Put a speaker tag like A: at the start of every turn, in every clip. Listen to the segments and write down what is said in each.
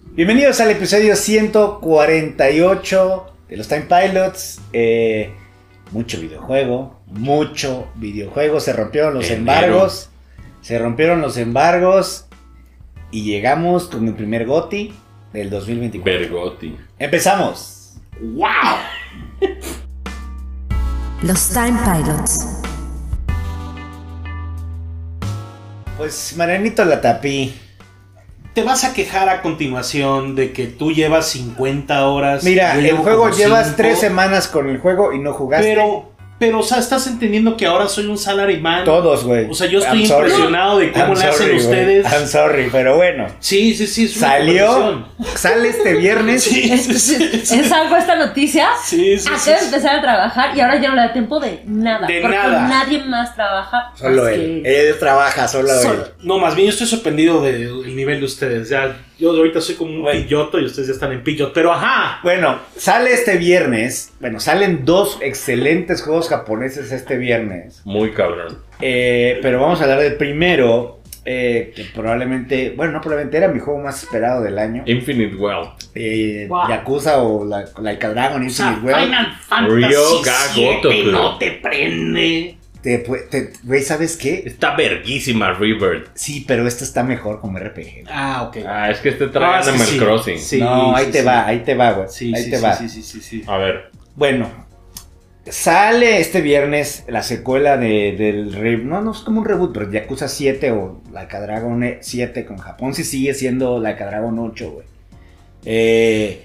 A: Bienvenidos al episodio 148 de los Time Pilots. Eh, mucho videojuego, mucho videojuego. Se rompieron los
B: Enero.
A: embargos. Se rompieron los embargos. Y llegamos con el primer GOTI del 2024.
B: Bergotti.
A: Empezamos.
B: ¡Wow!
C: Los Time Pilots.
A: Pues Marianito Latapí.
D: Te vas a quejar a continuación de que tú llevas 50 horas.
A: Mira,
D: yo
A: el
D: llevo
A: juego
D: como
A: llevas
D: cinco,
A: tres semanas con el juego y no jugaste.
D: Pero, pero, o sea, estás entendiendo que ahora soy un salaryman.
A: todos, güey.
D: O sea, yo
A: I'm
D: estoy
A: sorry.
D: impresionado de cómo
A: I'm
D: le hacen
A: sorry, güey.
D: ustedes.
A: I'm sorry, pero bueno.
D: Sí, sí, sí. Es una
A: Salió,
D: competición.
A: sale este viernes.
D: Sí, sí, sí. sí.
E: Es algo esta noticia.
D: Sí, sí,
E: Acaba
D: sí,
E: de
D: sí.
E: empezar a trabajar y ahora ya no le da tiempo de nada.
D: De
E: porque
D: nada.
E: nadie más trabaja.
A: Solo
E: más
A: él.
E: que-
A: Él trabaja, solo,
E: Solo.
A: él.
D: No, más bien yo estoy sorprendido de- del nivel de ustedes. Ya, yo ahorita soy como un pilloto y ustedes ya están en pillot. Pero ajá.
A: Bueno, sale este viernes. Bueno, salen dos excelentes juegos japoneses este viernes.
B: Muy cabrón.
A: Eh, pero vamos a hablar del primero. eh, que probablemente, bueno, no probablemente era mi juego más esperado del año.
B: Infinite Well.
A: Eh,
E: Wow.
A: Yakuza o la, Like a Dragon
D: O sea,
A: Infinite Well.
D: Final Fantasy
B: Ryoga Gotoku.
D: VII no te prende.
A: Te pu- te- Güey, ¿sabes qué?
B: Está verguísima Rebirth.
A: Sí, pero este está mejor como RPG. güey.
D: Ah, ok.
B: Ah, es que este trae
D: Ah, es que
B: Animal
D: sí,
B: Crossing.
D: sí,
A: no, ahí
D: sí,
A: te
D: sí.
A: va, ahí te va, güey.
D: Sí,
A: ahí
D: sí,
A: te
D: sí,
A: va.
D: sí, sí, sí, sí.
B: A ver.
A: Bueno, sale este viernes la secuela de, del re- no, no es como un reboot, pero Yakuza 7 o la Dragon 7 con Japón sí sigue siendo la Dragon 8, güey. Eh,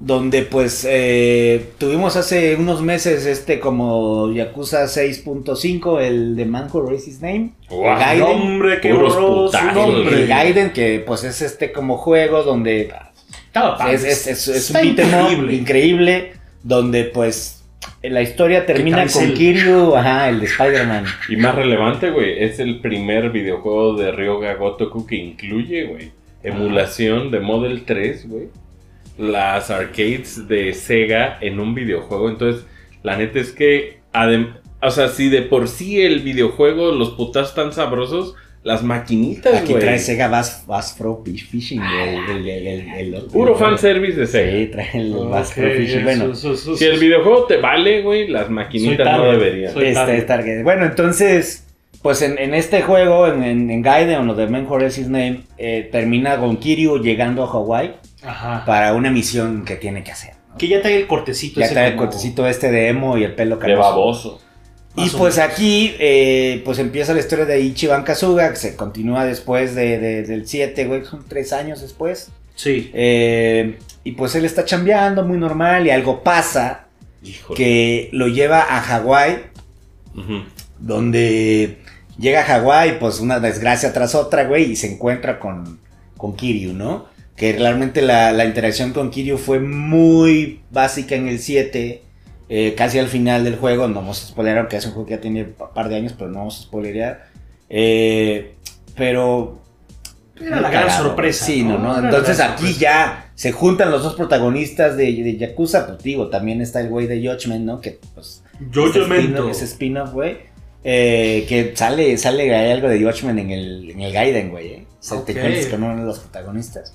A: donde pues eh, tuvimos hace unos meses este como Yakuza 6.5, el de Man Who Raised His Name.
B: Wow.
A: Gaiden.
D: Nombre, qué
B: Puros
D: horroroso
B: putazos,
D: nombre.
A: El Gaiden, que pues es este como juego donde
D: Estaba padre.
A: es, es- es- es
D: Está
A: un beat 'em up increíble.
D: increíble.
A: donde pues la historia termina
D: tal
A: con
D: es el-
A: Kiryu, ajá, el de Spider-Man.
B: Y más relevante, güey, es el primer videojuego de Ryoga Gotoku que incluye, güey, emulación de Model 3, güey, las arcades de Sega en un videojuego. Entonces, la neta es que, adem- o sea, si de por sí el videojuego, los putas tan sabrosos, las maquinitas,
A: Aquí trae
B: güey.
A: Sega Bass, Bass Pro P- Fishing, el, el, el, el- el-
B: Puro
A: el-
B: fanservice de Sega.
A: Sí, trae el
D: Ok,
A: Bass Pro Fishing. Bueno,
D: eso, eso,
B: Si el
D: eso.
B: videojuego te vale, güey, las maquinitas
D: Soy
B: no
D: target,
B: deberían.
D: soy-
A: este,
D: target.
A: target. Bueno, entonces, pues en, en este juego, en, en, en Gaiden, o lo de Men Who Raised His Name, eh, termina con Kiryu llegando a Hawái
D: Ajá.
A: para una misión que tiene que hacer.
D: Que ya trae el cortecito.
A: Ya
D: ese
A: trae el
D: como-
A: cortecito este de emo y el pelo
B: De
A: canoso.
B: baboso.
A: Y
D: Más o
A: pues
D: menos.
A: aquí, eh, pues empieza la historia de Ichiban Kazuga, que se continúa después de, de- del 7, güey, son tres años después.
D: Sí.
A: Eh, y pues él está chambeando muy normal y algo pasa
B: Híjole.
A: que lo lleva a Hawái,
B: Ujú.
A: donde llega a Hawái, pues una desgracia tras otra, güey, y se encuentra con, con Kiryu, ¿no? Que realmente la, la interacción con Kiryu fue muy básica en el 7, eh, casi al final del juego, no vamos a spoiler, aunque es un juego que ya tiene un par de años, pero no vamos a spoilerear. Eh, pero...
D: Era la gran
A: Cagado.
D: sorpresa.
A: Sí, no, no.
D: Era la
A: Entonces
D: gran
A: aquí
D: sorpresa.
A: ya se juntan los dos protagonistas de, de Yakuza, pues digo, también está el güey de Judgment, ¿no? Que pues
D: Yo
A: ese
D: lamento.
A: spin-off- Ese spin-off, güey. eh, que sale, sale ahí algo de Watchmen en el, en el Gaiden, güey. eh. O sea, te
D: Ok.
A: cuentas con uno de los protagonistas.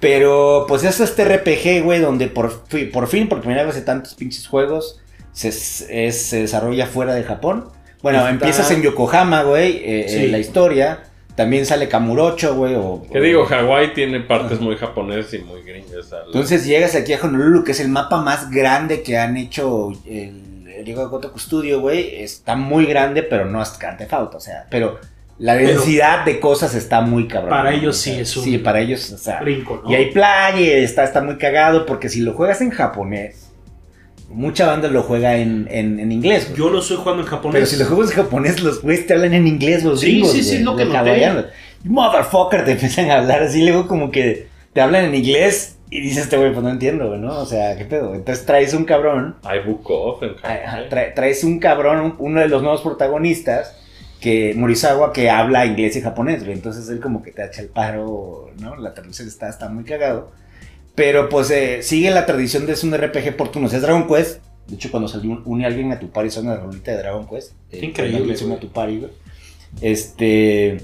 A: Pero, pues es este RPG, güey, donde por, fi- por fin, por primera vez de tantos pinches juegos, se, es- es- se desarrolla fuera de Japón. Bueno,
D: Está-
A: empiezas en Yokohama, güey, eh,
D: Sí.
A: eh, la historia. También sale Kamurocho, güey. o-
B: Que
A: o-
B: digo, Hawái tiene partes muy japonesas y muy gringas. al-
A: entonces llegas aquí a Honolulu, que es el mapa más grande que han hecho el el Diego Gotoku Studio, güey. Está muy grande, pero no es Grand Theft Auto, o sea, pero la
D: Pero-
A: densidad de cosas está muy cabrón.
D: Para
A: ¿no?
D: ellos
A: O sea,
D: sí es un-
A: Sí, para ellos, o sea.
D: Brinco, ¿no?
A: Y hay playa, y está, está muy cagado, porque si lo juegas en japonés, mucha banda lo juega en, en, en inglés, güey.
D: Yo lo estoy jugando en japonés.
A: pues, Pero si lo juegas en japonés, los güeyes te hablan en inglés, los
D: Sí,
A: gringos,
D: sí, sí,
A: güey,
D: es lo que
A: los
D: noté.
A: hawaianos. Motherfucker, te empiezan a hablar así, luego como que te hablan en inglés y dices, este güey, pues no entiendo, güey, ¿no? O sea, ¿qué pedo? Entonces traes un cabrón,
B: Hay Book Off en Hawái.
A: ajá, tra- traes un cabrón, un- uno de los nuevos protagonistas, que Morizawa, que habla inglés y japonés, güey. Entonces él como que te echa el paro, ¿no? La traducción está, está muy cagado. Pero pues eh, sigue la tradición de es un RPG por turnos. Es Dragon Quest. De hecho, cuando se un- une alguien a tu party, suena la rolita de Dragon Quest. eh,
D: Qué increíble,
A: cuando alguien se une
D: güey.
A: a tu party, güey. Este.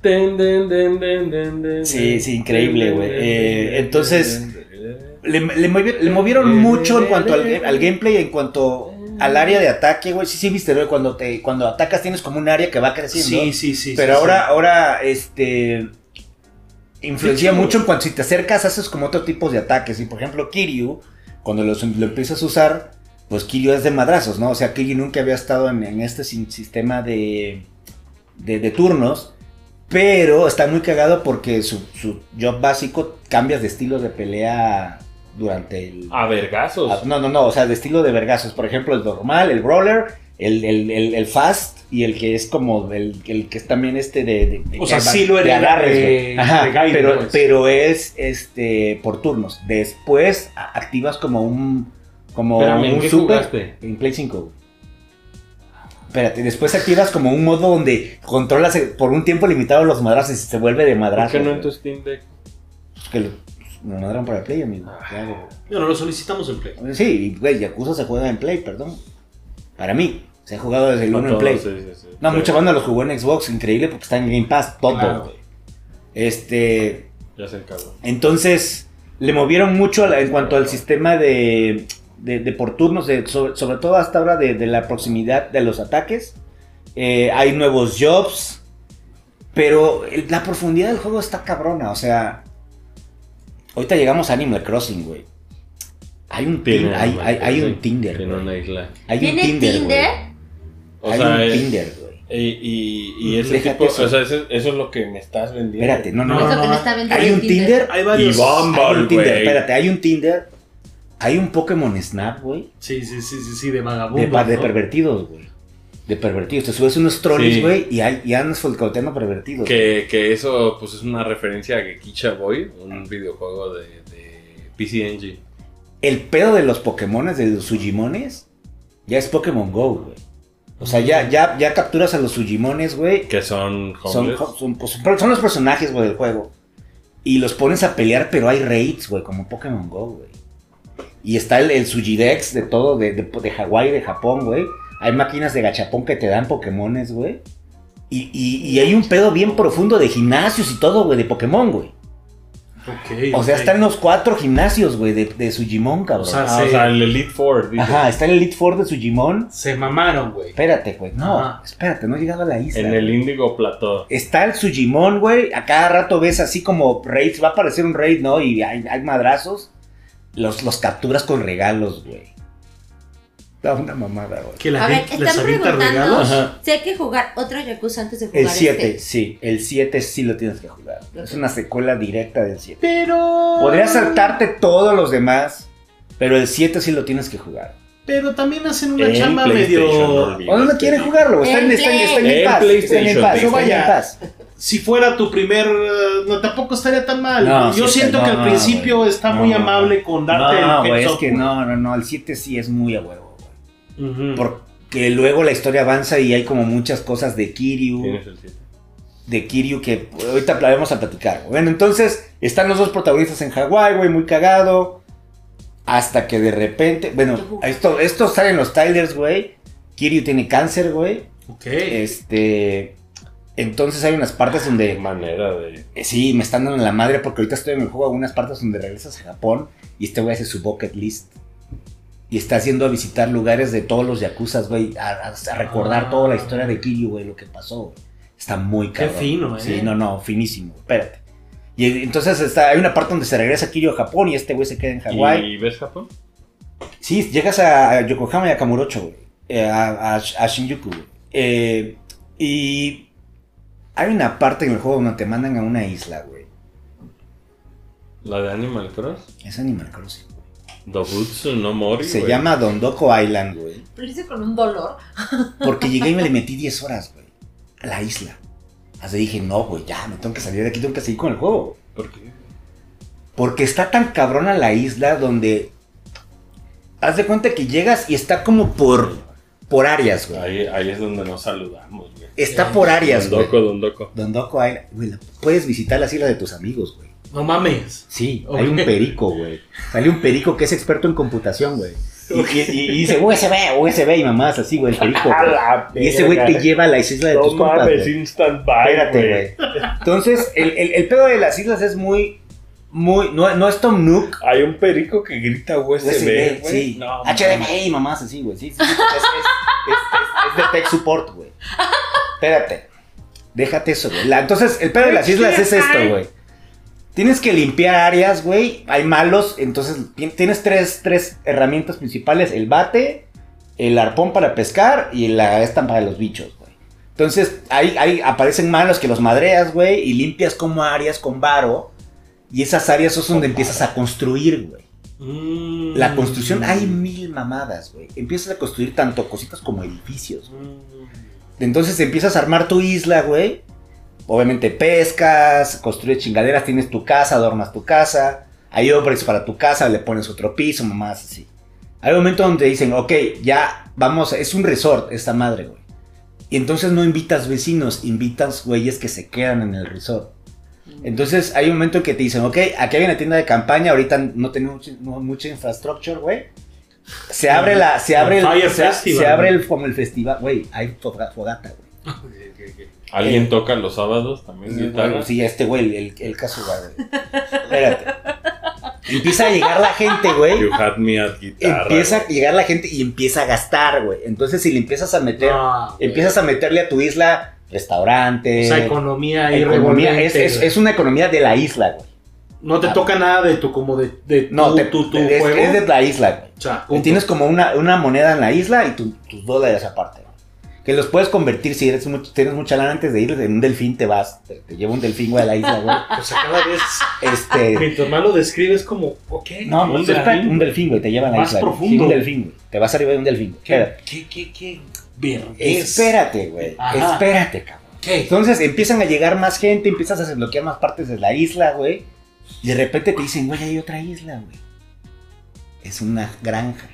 B: Ten, ten, ten, ten, ten, ten,
A: Sí, sí, increíble,
B: ten,
A: güey.
B: ten,
A: Eh,
B: ten,
A: entonces,
B: ten,
A: Le, le movi- le movieron mucho en cuanto al, ga- al gameplay, en cuanto al área de ataque, güey. Sí, sí, viste, güey, cuando, te, cuando atacas tienes como un área que va creciendo.
D: Sí, sí, sí.
A: Pero
D: sí,
A: ahora,
D: sí.
A: ahora, este. Influencia
B: Sí, sí,
A: mucho en cuanto si te acercas, haces como otro tipo de ataques. Y por ejemplo, Kiryu, cuando los- lo empiezas a usar, pues Kiryu es de madrazos, ¿no? O sea, Kiryu nunca había estado en, en este sin- sistema de, de, de turnos. Pero está muy cagado porque su, su job básico cambias de estilo de pelea durante el.
B: A
A: Ah,
B: vergazos.
A: No, no, no, o sea, de estilo de vergazos. Por ejemplo, el normal, el brawler, el, el, el, el fast y el que es como el, el que es también este de. de- de-
D: O sea,
A: de-
D: sí lo
A: de
D: era
A: agarres,
B: eh,
D: de-
A: güey. Ajá,
D: de Gaiden,
A: pero,
D: pues.
A: pero es este por turnos. Después a- activas como un. Como
B: Espérame, ¿en
A: un
B: qué
A: super.
B: jugaste?
A: En Play 5. güey. Espérate, después activas como un modo donde controlas eh, por un tiempo limitado los madrazos y se vuelve de
B: ¿Por
A: madrazos.
B: qué no
A: güey.
B: en tu Steam Deck? Ah,
A: Que lo, lo madran para el Play, amigo. Ah, Claro.
D: Yo no lo solicitamos en Play.
A: Sí, güey, Yakuza se juega en Play, perdón. Para mí, se ha jugado desde el
B: No
A: 1 en
B: todos,
A: Play.
B: sí, sí, sí.
A: No,
B: Pero
A: mucha banda lo jugó en Xbox, increíble porque está en Game Pass todo,
B: Claro.
A: güey. Este,
B: Ya se acabó.
A: entonces le movieron mucho a la- en cuanto al sistema de, de, de por turnos, de- sobre, sobre todo hasta ahora de, de la proximidad de los ataques. Eh, hay nuevos jobs, pero el- la profundidad del juego está cabrona. O sea, ahorita llegamos a Animal Crossing, güey. Hay un, tin- hay, hay- hay un Tinder.
B: Tiene
A: güey.
B: una isla.
A: Hay
E: ¿Tiene
A: un Tinder.
E: Tinder?
A: güey.
B: O
A: hay
B: sea,
A: un
B: es-
A: Tinder, güey.
B: Y, y, y ese
A: Mm, Déjate
B: tipo,
A: eso.
B: o sea, ese- eso es lo que me estás vendiendo.
A: Espérate, no, no,
D: No,
A: no.
D: no,
F: Eso que me está vendiendo
A: Hay un Tinder.
D: Hay varios.
B: Y Bumble,
A: Hay un Tinder,
B: güey.
A: espérate, hay un Tinder. Hay un Pokémon Snap, güey.
D: Sí, sí, sí, sí, sí, de
A: De,
D: vagabundo.
A: pa- de pervertidos, güey. De pervertidos. Te subes unos trolis,
B: Sí.
A: güey, y, hay- y andas folcoteando pervertidos.
B: Que, que eso pues es una referencia a Gekicha Boy, un videojuego de, de PC Engine.
A: El pedo de los Pokémones, de los Sujimones, ya es Pokémon Go, güey. O sea, ya, ya, ya capturas a los Sujimones, güey.
B: Que son
A: Son,
B: homeless.
A: son- pues, son- son los personajes, güey, del juego. Y los pones a pelear, pero hay raids, güey, como Pokémon Go, güey. Y está el, el Sujidex de todo, de, de, de Hawái, de Japón, güey. Hay máquinas de gachapón que te dan Pokémones, güey. Y, y- y hay un pedo bien profundo de gimnasios y todo, güey, de Pokémon, güey.
D: Ok,
A: O sea,
D: ok.
A: están los cuatro gimnasios, güey, de, de Sujimon, cabrón.
D: O sea,
B: Ah, o
D: sí.
B: sea, el Elite Four, dice.
A: Ajá, está el Elite Four de Sujimon.
D: Se mamaron, güey.
A: Espérate, güey, no,
D: Ajá.
A: espérate, no he llegado a la isla.
B: En el Índigo Plató.
A: Está el Sujimon, güey. A cada rato ves así como raids. Va a aparecer un raid, ¿no? Y hay, hay madrazos. Los, los capturas con regalos, güey. Da una mamada, güey.
D: Que la
F: A ver,
D: gente les
F: están
D: avienta
F: preguntando
D: regalos.
A: Ajá.
F: si hay que jugar otro Yakuza antes de jugar
A: El 7,
F: este.
A: sí. El 7 sí lo tienes que jugar. Es una secuela directa del 7.
D: Pero.
A: Podrías saltarte todos los demás. Pero el 7 sí lo tienes que jugar.
D: Pero también hacen una
B: En
D: chamba
B: PlayStation, no
D: medio.
B: olvides.
A: ¿O no quieres jugarlo? Está en, está en- está en Game Pass. Está en
B: En
A: Game
B: PlayStation,
A: Pass.
B: no
A: está en Game
D: vaya.
A: Pass.
D: Si fuera tu primer. eh, No, tampoco estaría tan mal.
A: No,
D: Yo
A: sí,
D: siento
A: no,
D: que al
A: no,
D: principio
A: güey.
D: está
A: No.
D: muy amable con darte
A: No,
D: el
A: güey,
D: heads
A: es
D: up.
A: que no, no, no. El 7 sí es muy a huevo, güey.
D: Ujú.
A: Porque luego la historia avanza y hay como muchas cosas de Kiryu,
B: Tienes el siete.
A: de Kiryu que ahorita pl- vamos a platicar. güey. Bueno, entonces están los dos protagonistas en Hawái, güey, muy cagado. Hasta que de repente, bueno, esto, esto sale en los trailers, güey. Kiryu tiene cáncer, güey.
D: Ok.
A: Este, entonces hay unas partes
B: Qué
A: donde
B: manera de.
A: eh, sí, me están dando la madre porque ahorita estoy en el juego algunas partes donde regresas a Japón y este güey hace su bucket list. Y está haciendo a visitar lugares de todos los yakuzas, güey, a, a- a recordar
D: Ah.
A: toda la historia de Kiryu, güey, lo que pasó. güey. Está muy
D: Qué
A: cabrón.
D: fino, ¿eh?
A: Sí, no, no, finísimo. Espérate. Y eh, entonces está, hay una parte donde se regresa Kiryu a Japón y este güey se queda en Hawái.
B: ¿Y ves Japón?
A: Sí, llegas a Yokohama y a Kamurocho, güey. Eh, a, a- a Shinjuku, güey. Eh, y hay una parte en el juego donde te mandan a una isla, güey.
B: La de Animal Cross.
A: Es Animal Crossing.
B: Dobutsu no Mori.
A: Se
B: güey.
A: llama Dondoko Island, güey.
E: Lo hice con un dolor.
A: Porque llegué y me le metí 10 horas, güey. A la isla. Así dije, no, güey, ya, me tengo que salir de aquí, tengo que seguir con el juego.
B: ¿Por qué?
A: Porque está tan cabrona la isla donde... Haz de cuenta que llegas y está como por, por áreas, güey.
B: Ahí, ahí es donde nos saludamos, güey.
A: Está por áreas, güey.
B: Dondoco, Dondoco.
A: Dondoko Island. Güey, la- puedes visitar las islas de tus amigos, güey.
D: No mames.
A: Sí,
D: Ok.
A: hay un perico, güey. Salió un perico que es experto en computación, güey. Y, y- y dice USB, USB y mamás así, güey, te dijo. güey.
B: la
A: Y ese güey te
B: verga.
A: lleva a la isla de tus
B: No
A: compas.
B: mames,
A: güey.
B: instant buy, güey.
A: Espérate, güey. Entonces, el, el, el pedo de las islas es muy, muy, no, no es Tom Nook.
B: Hay un perico que grita USB,
A: USB,
B: güey.
A: Pues, eh, sí.
B: No,
A: HDMI, mamás así, güey. Sí, sí, sí, es, es- es- es- es de tech support, güey. Espérate. Déjate eso, güey. La- entonces, el pedo de las islas es esto, güey. Tienes que limpiar áreas, güey. Hay malos. Entonces, ti- tienes tres, tres herramientas principales. El bate, el arpón para pescar y la estampa de los bichos, güey. Entonces, ahí, ahí aparecen malos que los madreas, güey. Y limpias como áreas con varo. Y esas áreas son donde empiezas a construir, güey.
D: Mm.
A: La construcción, hay mil mamadas, güey. Empiezas a construir tanto cositas como edificios. güey. Entonces empiezas a armar tu isla, güey. Obviamente pescas, construyes chingaderas, tienes tu casa, adornas tu casa. Hay obras para tu casa, le pones otro piso, mamás, así. Hay un momento donde dicen, ok, ya vamos, es un resort esta madre, güey. Y entonces no invitas vecinos, invitas güeyes que se quedan en el resort. Entonces hay un momento que te dicen, ok, aquí hay una tienda de campaña, ahorita no tenemos mucha- no- mucha infraestructura, güey. Se abre la, se abre
D: El
A: el,
D: Fire
A: se,
D: Festival,
A: se abre
D: güey.
A: el, como el festival, güey, hay foga- fogata, güey.
B: ¿Alguien toca los sábados también guitarra?
A: Sí, este güey, el, el caso, güey. Espérate. Empieza a llegar la gente, güey.
B: You had me at guitarra.
A: Empieza a llegar la gente y empieza a gastar, güey. Entonces, si le empiezas a meter,
D: Ah, güey.
A: empiezas a meterle a tu isla
D: O
A: restaurante,
D: sea, economía
A: Eh,
D: y
A: economía. Es, es- es una economía de la isla, güey.
D: No te toca nada de tu como de, de
A: No,
D: tu,
A: te-
D: tu, tu
A: es,
D: juego.
A: es de la isla, güey.
D: O sea,
A: Y
D: punto.
A: Tienes como una, una moneda en la isla y tu- tus dólares aparte. güey. Que los puedes convertir si eres mucho- tienes mucha lana antes de ir. En un delfín te vas. Te, te lleva un delfín, güey, a la isla, güey.
D: O sea, cada vez
A: Este.
D: mientras más lo describes como, ok,
A: No,
B: Un
A: un delfín,
B: delfín.
A: un delfín, güey, te lleva a la
D: Más
A: isla. güey. Sí,
D: profundo.
A: un delfín, güey. Te vas arriba de un delfín.
D: ¿qué,
A: Espérate.
D: qué, qué, qué vergüenza?
A: Espérate, güey.
D: Ajá.
A: Espérate, cabrón.
D: ¿Qué?
A: Entonces empiezan a llegar más gente, empiezas a desbloquear más partes de la isla, güey. Y de repente te dicen, güey, hay otra isla, güey. Es una granja.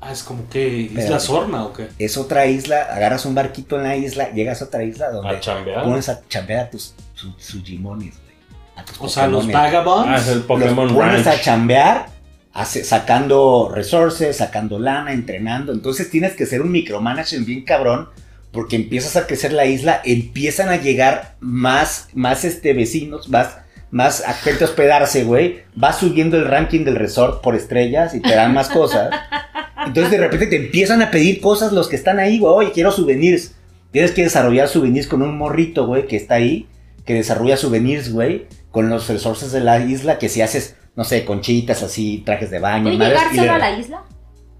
D: Ah, es como que Isla
A: Espérate.
D: Sorna o qué.
A: es otra isla, agarras un barquito en la isla, llegas a otra isla donde
B: A chambear.
A: pones a chambear a tus su- sujimones, güey. A tus
D: O sea, los
A: Pokémones.
B: Ah, es
D: Vagabonds.
B: el
A: Los
B: Pokémon
A: pones a
B: Ranch.
A: chambear, hace- sacando resources, sacando lana, entrenando. Entonces tienes que ser un micromanager bien cabrón. Porque empiezas a crecer la isla, empiezan a llegar más, más este, vecinos, más, más a gente a hospedarse, güey. Vas subiendo el ranking del resort por estrellas y te dan más cosas. Entonces de repente te empiezan a pedir cosas los que están ahí, güey. Oye, quiero souvenirs. Tienes que desarrollar souvenirs con un morrito, güey, que está ahí, que desarrolla souvenirs, güey, con los resources de la isla, que si haces, no sé, conchitas así, trajes de baño,
F: ¿Puedo
A: madres,
F: llegar
A: y
F: solo
A: le-
F: a la isla?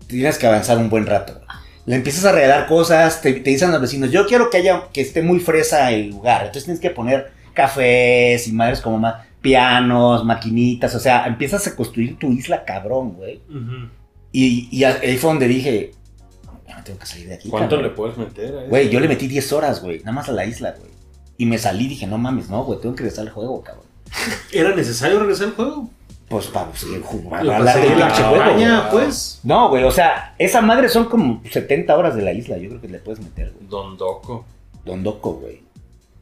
A: tienes que avanzar un buen rato. güey. Le empiezas a regalar cosas, te, te dicen los vecinos, yo quiero que haya, que esté muy fresa el lugar. Entonces tienes que poner cafés y madres como más, pianos, maquinitas, o sea, empiezas a construir tu isla cabrón, güey.
D: Ujú.
A: Y, y a- ahí fue donde dije, ya me tengo que salir de aquí.
B: ¿Cuánto
A: cabrón".
B: le puedes meter a eso?
A: Güey, yo le metí 10 horas, güey, nada más a la isla, güey. Y me salí, dije, no mames, no, güey, tengo que regresar al juego, cabrón.
D: ¿Era necesario regresar al juego?
A: Pues para seguir jugando.
D: Lo
A: hablar del
D: pasé en la
A: pinche juego, güey.
D: cabaña, pues.
A: No, güey, o sea, esa madre son como 70 horas de la isla, yo creo que le puedes meter, güey.
B: Don Doco.
A: Don Doco, güey.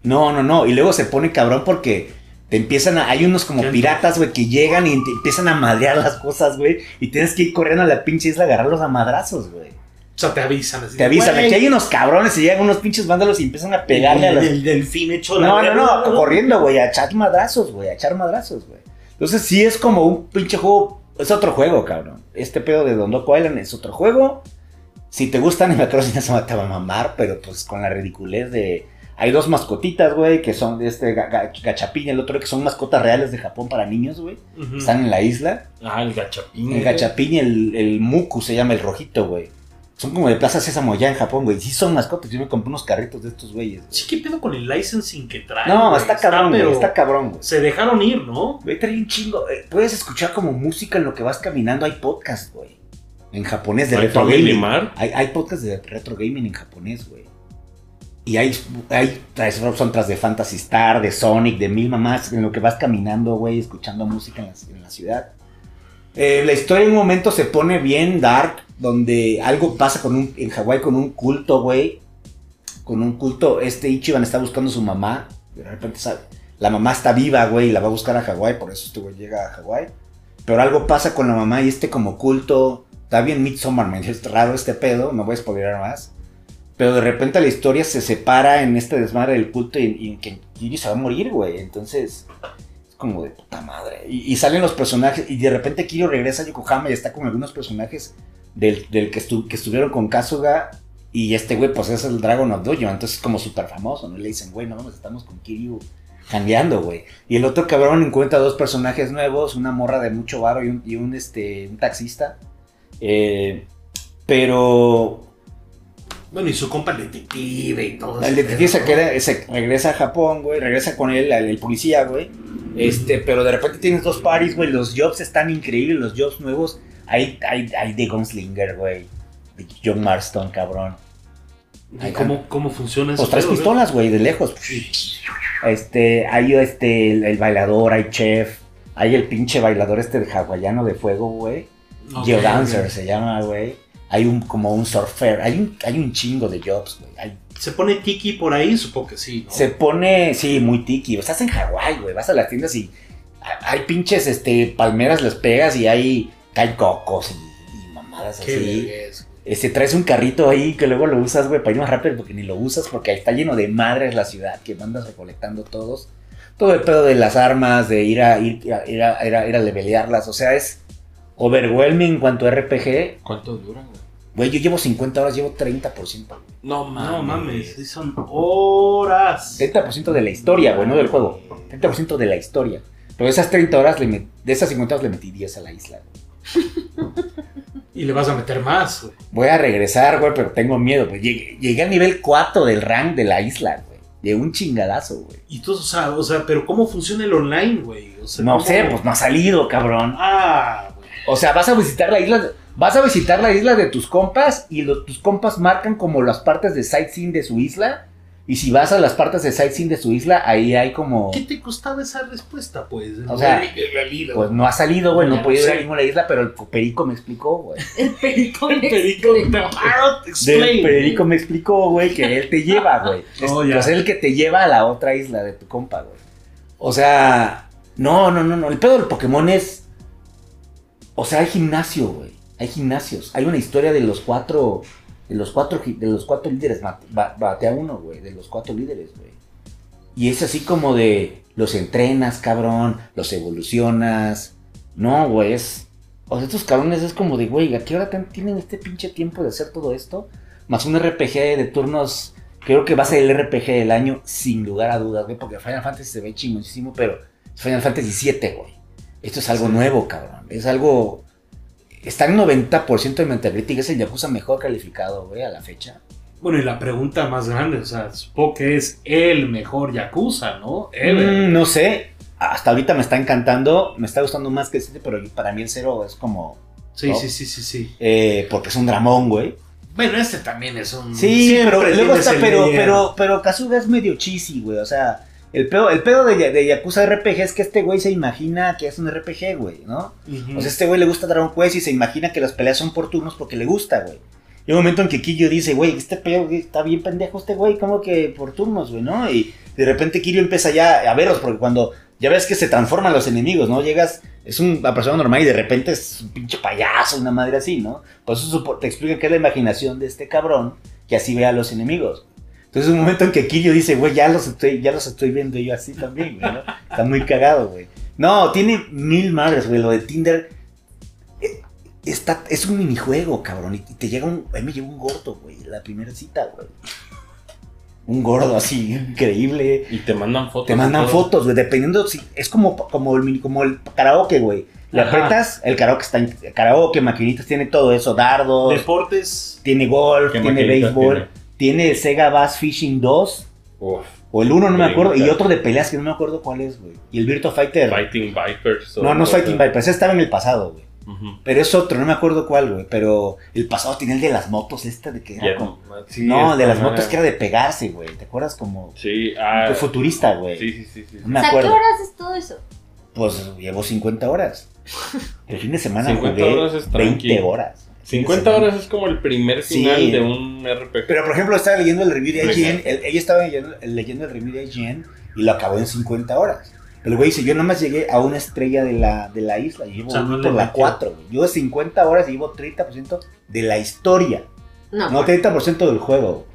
A: No, no, no. Y luego se pone cabrón porque te empiezan a. Hay unos como
D: ¿Quién?
A: piratas, güey, que llegan y te empiezan a madrear las cosas, güey. Y tienes que ir corriendo a la pinche isla a agarrarlos a madrazos, güey.
D: O sea, te avisan. Así,
A: Te avisan,
D: güey.
A: aquí hay unos cabrones y llegan unos pinches vándalos y empiezan a pegarle a
D: El,
A: las.
D: el delfín hecho la
A: No, no,
D: verga,
A: no, corriendo, güey, a echar madrazos, güey, a echar madrazos, güey. Entonces sí es como un pinche juego, es otro juego, cabrón. Este pedo de Don Doco Island es otro juego. Si te gusta Animal Crossing ya se va- te va a mamar, pero pues con la ridiculez de... Hay dos mascotitas, güey, que son de este ga- ga- gachapín y el otro que son mascotas reales de Japón para niños, güey.
D: Ujú.
A: Están en la isla.
B: Ah, el gachapín.
A: El gachapín y el, el muku se llama el rojito, güey. Son como de Plaza Sésamo allá en Japón, güey. Sí son mascotas, yo me compré unos carritos de estos güeyes. güey.
D: Sí, ¿qué pedo con el licensing que trae?
A: No, está cabrón, güey,
D: pero
A: está cabrón, güey.
D: Se dejaron ir, ¿no?
A: Güey, trae un chingo. eh, Puedes escuchar como música en lo que vas caminando. Hay podcast, güey. En japonés de
B: ¿No hay
A: retro
B: Family
A: gaming.
B: Mart?
A: Hay, hay podcast de retro gaming en japonés, güey. Y hay, hay traes- son tras de Fantasy Star, de Sonic, de mil mamás, en lo que vas caminando, güey, escuchando música en la, en la ciudad. Eh, la historia en un momento se pone bien dark, donde algo pasa con un, en Hawái con un culto, güey. Con un culto, este Ichiban está buscando a su mamá. De repente sabe, la mamá está viva, güey, y la va a buscar a Hawái, por eso este güey llega a Hawái. Pero algo pasa con la mamá y este como culto está bien Midsommar, man, es raro este pedo, no voy a spoilear más. Pero de repente la historia se separa en este desmadre del culto y, y que Yuri se va a morir, güey. Entonces, es como de puta madre. Y, y salen los personajes, y de repente Kiro regresa a Yokohama y está con algunos personajes del, del que, estu- que estuvieron con Kasuga. Y este güey, pues es el Dragon of Dojo, entonces es como súper famoso, ¿no? Y le dicen, güey, no mames, estamos con Kiryu cambiando, güey. Y el otro cabrón encuentra dos personajes nuevos, una morra de mucho varo y un, y un, este, un taxista. Eh, pero
D: Bueno, y su compa el detective y todo
A: el
D: ese
A: detective se,
D: pedo, ¿no?
A: queda- se regresa a Japón, güey, regresa con él, el, el policía, güey. Este, pero de repente tienes dos paris, güey, los jobs están increíbles, los jobs nuevos. Hay, hay, hay de Gunslinger, güey. De John Marston, cabrón.
D: ¿Y cómo, cómo funciona eso?
A: Pues tres pistolas, güey, de lejos. Este, hay este, el, el bailador, hay chef, hay el pinche bailador este de hawaiano de fuego, güey. Geodancer se llama, güey. Hay un, como un surfer, hay un, hay un chingo de jobs, güey. Hay-
D: ¿Se pone tiki por ahí? Supongo que sí, ¿no?
A: Se pone, sí, muy tiki. O sea, estás en Hawái, güey. Vas a las tiendas y ha- hay pinches este, palmeras, las pegas y hay, hay cocos y, y mamadas
D: Qué
A: así.
D: vergüenza.
A: Este, traes un carrito ahí que luego lo usas, güey, para ir más rápido porque ni lo usas porque ahí está lleno de madres la ciudad que andas recolectando todos. Todo el pedo de las armas, de ir a, ir, a, ir, a, ir, a, ir a levelearlas. O sea, es overwhelming en cuanto a RPG.
G: ¿Cuánto dura, güey?
A: Güey, yo llevo 50 horas, llevo 30%.
G: No mames.
D: No mames, sí son horas.
A: 30% de la historia, güey, no del juego. 30% de la historia. Pero de esas 30 horas, le met- de esas 50 horas le metí 10 a la isla. güey.
D: Y le vas a meter más, güey.
A: Voy a regresar, güey, pero tengo miedo. güey. Llegué, llegué al nivel 4 del rank de la isla, güey. De un chingadazo, güey.
D: Y tú, o sea, o sea, pero ¿cómo funciona el online, güey? O sea,
A: No
D: ¿cómo-
A: sé, pues no ha salido, cabrón.
D: Ah, güey.
A: O sea, vas a visitar la isla, vas a visitar la isla de tus compas y los, tus compas marcan como las partes de sightseeing de su isla. Y si vas a las partes de sightseeing de su isla, ahí hay como...
D: ¿Qué te costaba esa respuesta, pues?
A: O sea,
D: la vida.
A: Pues no ha salido, güey, no he
D: Ya,
A: podido ir a
D: sí.
A: ninguna isla, pero el perico me explicó, güey.
F: El perico.
D: El perico te Harold
A: Del
D: Explain.
A: perico me explicó, güey, que él te lleva, güey.
D: Oh, ya.
A: Pues él que te lleva a la otra isla de tu compa, güey. O sea, no, no, no, no. El pedo del Pokémon es. O sea, hay gimnasio, güey. Hay gimnasios. Hay una historia de los cuatro. De los cuatro, gi- de los cuatro líderes. Bat- ba- Batea uno, güey. De los cuatro líderes, güey. Y es así como de. Los entrenas, cabrón. Los evolucionas. No, güey. Es. O sea, estos cabrones es como de, güey, ¿a qué hora tan- tienen este pinche tiempo de hacer todo esto? Más un RPG de turnos, creo que va a ser el RPG del año, sin lugar a dudas, güey, porque Final Fantasy se ve chingoncísimo, pero es Final Fantasy VII, güey. Esto es algo nuevo, cabrón. Es algo... Está en 90% de Metacritic, es el Yakuza mejor calificado, güey, a la fecha.
D: Bueno, y la pregunta más grande, o sea, supongo que es el mejor Yakuza, ¿no? Ever.
A: Mm, no sé, hasta ahorita me está encantando, me está gustando más que el 7, pero para mí el 0 es como...
D: Sí,
A: ¿no?
D: sí, sí, sí, sí.
A: eh, porque es un dramón, güey.
D: Bueno, este también es un...
A: Sí,
D: Siempre
A: pero luego
D: tienes
A: está,
D: el
A: pero,
D: líder.
A: pero, pero Kazuga es medio cheesy, güey. O sea, el pedo, el pedo de, Ya- de Yakuza RPG es que este güey se imagina que es un RPG, güey, ¿no?
D: Ujú.
A: O sea, este güey le gusta Dragon Quest y se imagina que las peleas son por turnos porque le gusta, güey. Y un momento en que Kiryu dice, güey, este pedo güey, está bien pendejo este güey, ¿cómo que por turnos, güey, no? Y de repente Kiryu empieza ya a veros, porque cuando ya ves que se transforman los enemigos, ¿no? Llegas, es un- una persona normal y de repente es un pinche payaso, una madre así, ¿no? Por eso supo- te explica que es la imaginación de este cabrón que así ve a los enemigos. Entonces, un momento en que Kiryu dice, güey, ya los estoy, ya los estoy viendo yo así también, güey, ¿no? Está muy cagado, güey. No, tiene mil madres, güey. Lo de Tinder eh, está, es un minijuego, cabrón. Y te llega un. A mí me llegó un gordo, güey. La primera cita, güey. Un gordo así, increíble.
B: Y te mandan fotos.
A: Te
B: y
A: mandan
B: todo.
A: fotos, güey. Dependiendo si. Es como, como, el, mini- como el karaoke, güey. Le
D: Ajá.
A: apretas, el karaoke está. en- Karaoke, maquinitas, tiene todo eso. Dardos,
D: Deportes...
A: tiene golf,
B: ¿Qué
A: tiene
B: maquinitas
A: béisbol. Tiene? el Sega Bass Fishing 2.
B: Uf,
A: O el 1, no me
B: Sí,
A: acuerdo. Y
B: claro.
A: otro de peleas que no me acuerdo cuál es, güey. Y el Virtua Fighter.
B: Fighting Vipers. o-
A: No, no es
B: o sea,
A: Fighting Vipers, ese estaba en el pasado, güey.
B: ujú.
A: Pero es otro, no me acuerdo cuál, güey. Pero el pasado tenía el de las motos, esta de que era
B: Ya
A: como-
B: no, sí,
A: no,
B: es
A: de las
B: como
A: motos
B: una-
A: que era de pegarse, güey. ¿Te acuerdas como.
B: Sí, ah.
A: Fue futurista, güey.
B: Sí, sí, sí. sí.
A: No me
F: O sea, ¿qué
A: acuerdo.
F: horas es todo eso?
A: Pues llevo 50 horas. El fin de semana
B: 50
A: jugué
B: horas es
A: 20
B: tranqui.
A: horas. El fin de
B: 50
A: semana.
B: horas es como el primer
A: Sí.
B: final de un RPG.
A: Pero por ejemplo, estaba leyendo el review de
B: Exacto.
A: IGN. el- ella estaba leyendo, leyendo el review de IGN y lo acabó en 50 horas. El güey dice, yo nomás llegué a una estrella de la, de la isla. Y yo
D: O sea,
A: voy
D: no
A: por
D: le
A: la
D: metió.
A: 4. güey. Llevo 50 horas y llevo 30% de la historia.
F: No,
A: No, 30% del juego.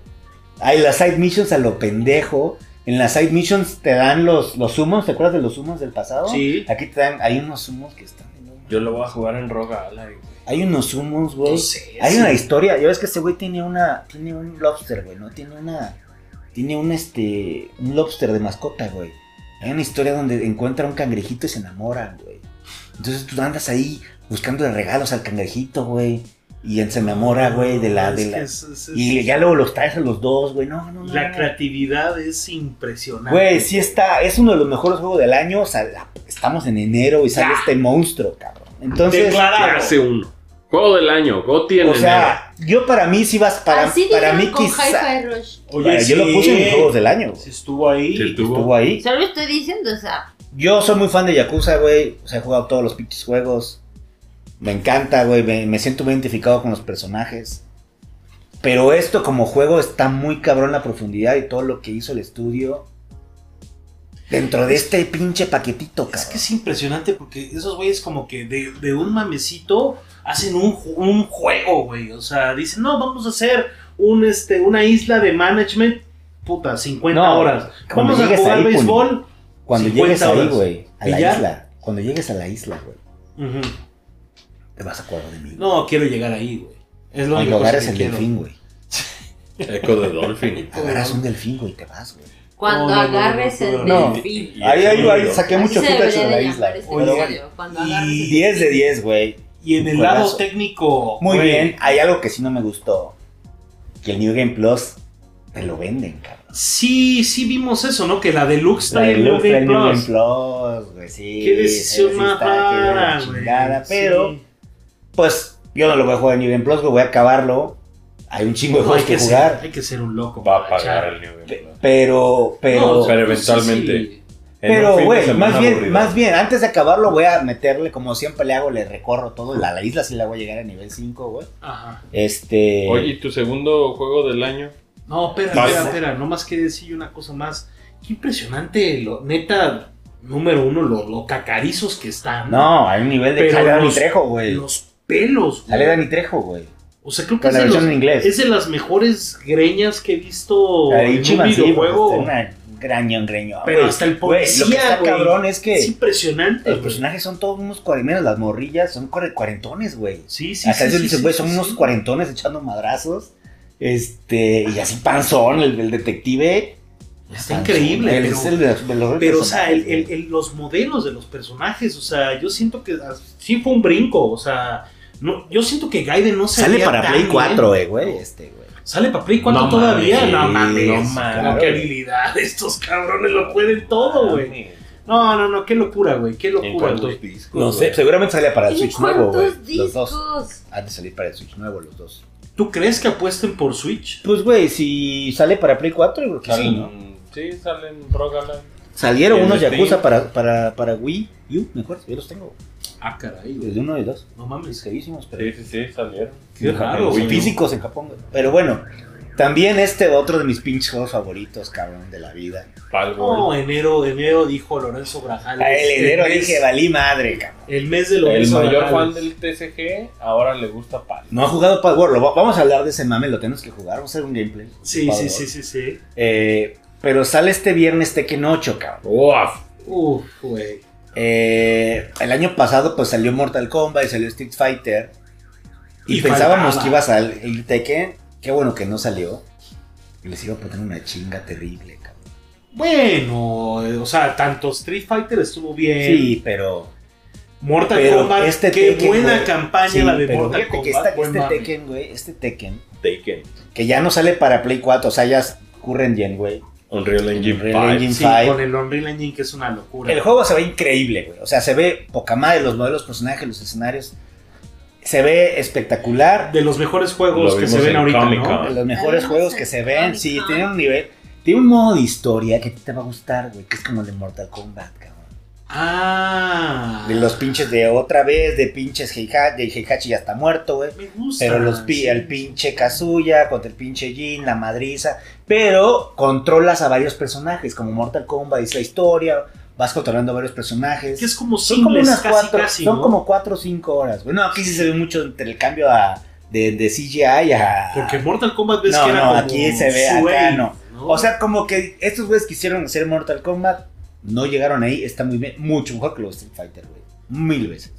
A: Hay las side missions a lo pendejo. En las side missions te dan los, los summons. ¿Te acuerdas de los summons del pasado?
D: Sí.
A: Aquí te dan, hay unos summons que están. enormes.
B: Yo lo voy a jugar en Roga Ally, güey.
A: Hay unos summons, güey.
D: No sé,
A: Hay
D: sí.
A: una historia, ya ves que ese güey tiene una, tiene un lobster, güey, ¿no? Tiene una, tiene un este, un lobster de mascota, güey. Hay una historia donde encuentra un cangrejito y se enamora, güey. Entonces tú andas ahí buscándole regalos al cangrejito, güey. Y él se enamora, güey, de la, de
D: Es que
A: la.
D: es- es- es-
A: Y ya luego los traes a los dos, güey. No, no, no.
D: La
A: no.
D: creatividad es impresionante.
A: Güey, sí está, es uno de los mejores juegos del año. O sea, la- estamos en enero y sale
D: Ya.
A: este monstruo, cabrón. Entonces.
D: Declarado.
B: Ya hace uno. Juego del año, Goti en
A: O sea, yo para mí sí vas para,
F: Así
A: para mí
F: dijeron con
A: quizá.
F: Hi-Fi Rush.
A: Vaya, yo lo puse en mis juegos del año.
D: Si estuvo ahí.
B: enero. Sí, estuvo.
A: Estuvo ahí.
F: Solo estoy diciendo, o sea,
A: Yo soy muy fan de Yakuza, güey. O sea, he jugado todos los pinches juegos. Me encanta, güey. Me, me siento muy identificado con los personajes. Pero esto como juego está muy cabrón la profundidad y todo lo que hizo el estudio. Dentro de este pinche paquetito,
D: Es
A: cabrón.
D: que es impresionante porque esos güeyes como que de, de un mamecito hacen un, ju- un juego, güey. O sea, dicen, no, vamos a hacer un, este, una isla de management, puta, 50
A: No,
D: horas.
A: cuando
D: Vamos a
A: llegues
D: jugar
A: ahí,
D: béisbol.
A: Cuando
D: 50
A: llegues ahí,
D: horas.
A: güey. A
D: ¿Y
A: la
D: ya?
A: isla. Cuando llegues a la isla, güey.
D: Ujú.
A: Te vas a acordar de mí.
D: No, quiero llegar ahí, güey. Es lo
A: Cuando
D: único
A: agarras
D: que
A: el
D: quiero.
A: delfín, güey.
B: Echo de Dolphin.
A: Agarras un delfín, güey, y te vas, güey.
F: cuando
D: No, no, no, no,
F: agarres
D: no,
F: el
A: no.
F: delfín.
B: Y el
A: ahí, ahí
B: mundo.
A: saqué
F: Así
A: mucho
F: se
A: footage de
F: debería
A: la
F: de
A: isla.
F: llamar este
A: Pero bueno,
F: episodio, cuando
D: Y-
F: agarres el
A: 10 de 10, güey.
D: Y en el
A: Juegazo.
D: lado técnico.
A: Muy
D: güey,
A: bien, hay algo que sí no me gustó. Que el New Game Plus te lo venden, cabrón.
D: Sí, sí vimos eso, ¿no? Que la deluxe
A: La
D: trae el
A: Deluxe,
D: Pues New Game
A: el New Game
D: Plus.
A: Plus, güey, sí.
D: Qué decisión
A: sí
D: más
A: está, que de la
D: rara, güey.
A: chingada,
D: Sí.
A: Pero, pues, yo no lo voy a jugar en New Game Plus, güey, voy a acabarlo. pues, Hay un chingo de
D: No, hay,
A: juegos que
D: que
A: jugar.
D: ser, hay que ser un loco.
B: Va a
D: para
B: pagar
D: echar.
B: el nivel.
A: Pe- Pero, pero.
B: pero
D: pues,
B: eventualmente.
D: sí.
B: En un
A: Pero,
B: fin de
A: güey,
B: semana
A: más bien,
B: aburrido.
A: más bien, antes de acabarlo voy a meterle, como siempre le hago, le recorro todo. La, la isla sí la voy a llegar a nivel 5, güey.
D: Ajá.
A: Este...
B: Oye, ¿y tu segundo juego del año?
D: No, espera,
B: Vas.
D: espera, espera. Nomás que decir una cosa más. Qué impresionante, lo, neta, número uno, lo, lo cacarizos que están.
A: No, hay un nivel de...
D: Pero
A: Sale Dani
D: los-
A: Trejo, güey.
D: Los pelos. güey.
A: Sale Dani Trejo, güey.
D: O sea, creo que
A: Con
D: es
A: la
D: de,
A: versión
D: los-
A: en inglés.
D: es de las mejores greñas que he visto
A: La de
D: en un
A: Ichiban, sí,
D: videojuego.
A: pues, está Una grañón, greñón.
D: Pero
A: güey.
D: hasta el
A: Güey, Lo que
D: policía,
A: está
D: güey.
A: cabrón es que
D: es impresionante.
A: los
D: güey.
A: personajes son todos unos cuarentones, las morrillas son cuare- cuarentones, güey.
D: Sí, sí,
A: Hasta
D: sí,
A: ellos
D: sí,
A: dicen,
D: sí,
A: güey,
D: sí,
A: son unos
D: sí.
A: cuarentones echando madrazos. Este, y así panzón, el, el detective.
D: Está increíble,
A: Él
D: pero,
A: es el de los- de los
D: pero, o sea, el-
A: personajes,
D: el- el- los modelos de los personajes, o sea, yo siento que ah, sí fue un brinco, o sea, no, yo siento que Gaiden no se
A: Sale
D: veía
A: para
D: tan
A: Play
D: bien.
A: 4, eh, güey, este, güey.
D: Sale para Play 4
B: No
D: todavía,
B: mames,
D: no mames,
B: no
D: no
B: mames.
D: qué habilidad, estos cabrones lo pueden
A: Ah,
D: todo, güey. No, no, no, qué locura, güey, qué
B: ¿En
D: locura,
B: cuántos
D: güey.
B: discos?
A: No sé,
B: güey?
A: seguramente sale para el
F: ¿En
A: Switch nuevo, güey.
F: cuántos
A: Los dos.
F: discos?
A: Han de salir para el Switch nuevo, los dos.
D: ¿Tú crees que apuesten por Switch?
A: Pues, güey, si sale para Play 4, yo creo que sí,
B: Salen-
A: ¿no?
B: Sí, salen Rogaland.
A: Salieron
B: En
A: unos
B: Steam.
A: Yakuza para, para, para Wii U, mejor, yo los tengo.
D: Ah, caray, güey.
A: De uno y dos.
D: No mames,
A: Carísimos, pero...
B: Sí, sí, sí, salieron.
D: qué raro,
A: Muy
D: güey.
A: físicos en Japón, güey. Pero bueno, también este otro de mis pinches juegos favoritos, cabrón, de la vida.
B: Palworld.
D: No, enero, enero dijo Lorenzo Grajales.
A: A Ah, el enero
D: mes-
A: dije, valí madre, cabrón.
D: El mes de
B: el
D: Lorenzo
B: mayor fan
D: Grajales.
B: del TCG ahora le gusta Pal.
A: No ha jugado Power, lo va- vamos a hablar de ese mame, lo tenemos que jugar, vamos a hacer un gameplay.
D: Sí,
A: Power.
D: sí, sí, sí, sí.
A: Eh, pero sale este viernes Tekken 8, cabrón.
B: ¡Uaf!
D: Uf, güey.
A: Eh, el año pasado pues salió Mortal Kombat y salió Street Fighter. Y,
D: Y
A: pensábamos
D: faltaba.
A: que iba a salir Tekken. Qué bueno que no salió. Les iba a poner una chinga terrible, cabrón.
D: Bueno, eh, o sea, tanto Street Fighter estuvo bien.
A: Sí, pero...
D: Mortal
A: Pero
D: Kombat,
A: este
D: qué
A: Tekken,
D: buena
A: güey.
D: campaña
A: Sí,
D: Ah, la de
A: pero
D: Mortal
A: fíjate
D: Kombat.
A: que esta-
D: buen
A: este
D: mame.
A: Tekken, güey, este Tekken,
B: Taken.
A: que ya no sale para Play 4, o sea, ya es current gen, güey.
B: Unreal Engine
A: Unreal
B: 5.
A: Engine
D: Sí,
A: 5.
D: con el Unreal Engine que es una locura.
A: El juego se ve increíble, güey. O sea, se ve poca madre, los modelos, personajes, los escenarios. Se ve espectacular.
D: de los mejores juegos
B: Lo
D: que se
B: vimos
D: ven
B: en
D: ahorita,
B: Comic-Con.
A: De
D: ¿no?
A: los mejores
F: Ah,
A: juegos
F: sí,
A: que se ven.
F: Comic-Con.
A: Sí, tiene un nivel. Tiene un modo de historia que a ti te va a gustar, güey. Que es como el de Mortal Kombat, cabrón.
D: Ah.
A: De los pinches de otra vez, de pinches Heihachi. De Heihachi ya está muerto, güey.
D: Me gusta.
A: Pero los pi-
D: Ah, sí.
A: el pinche Kazuya contra el pinche Jin, la madriza. Pero controlas a varios personajes, como Mortal Kombat, es la historia. vas controlando varios personajes.
D: Que es como
A: son como
D: singles,
A: unas
D: casi,
A: cuatro,
D: casi,
A: son
D: ¿no?
A: como cuatro o cinco horas. Bueno, aquí sí se ve mucho entre el cambio a, de, de CGI a...
D: Porque Mortal Kombat ves
A: No,
D: que era
A: no,
D: como
A: aquí se ve, acá
D: suave,
A: no. O sea, como que estos güeyes quisieron hacer Mortal Kombat, no llegaron ahí, está muy bien, mucho mejor que los Street Fighter, güey. Mil veces.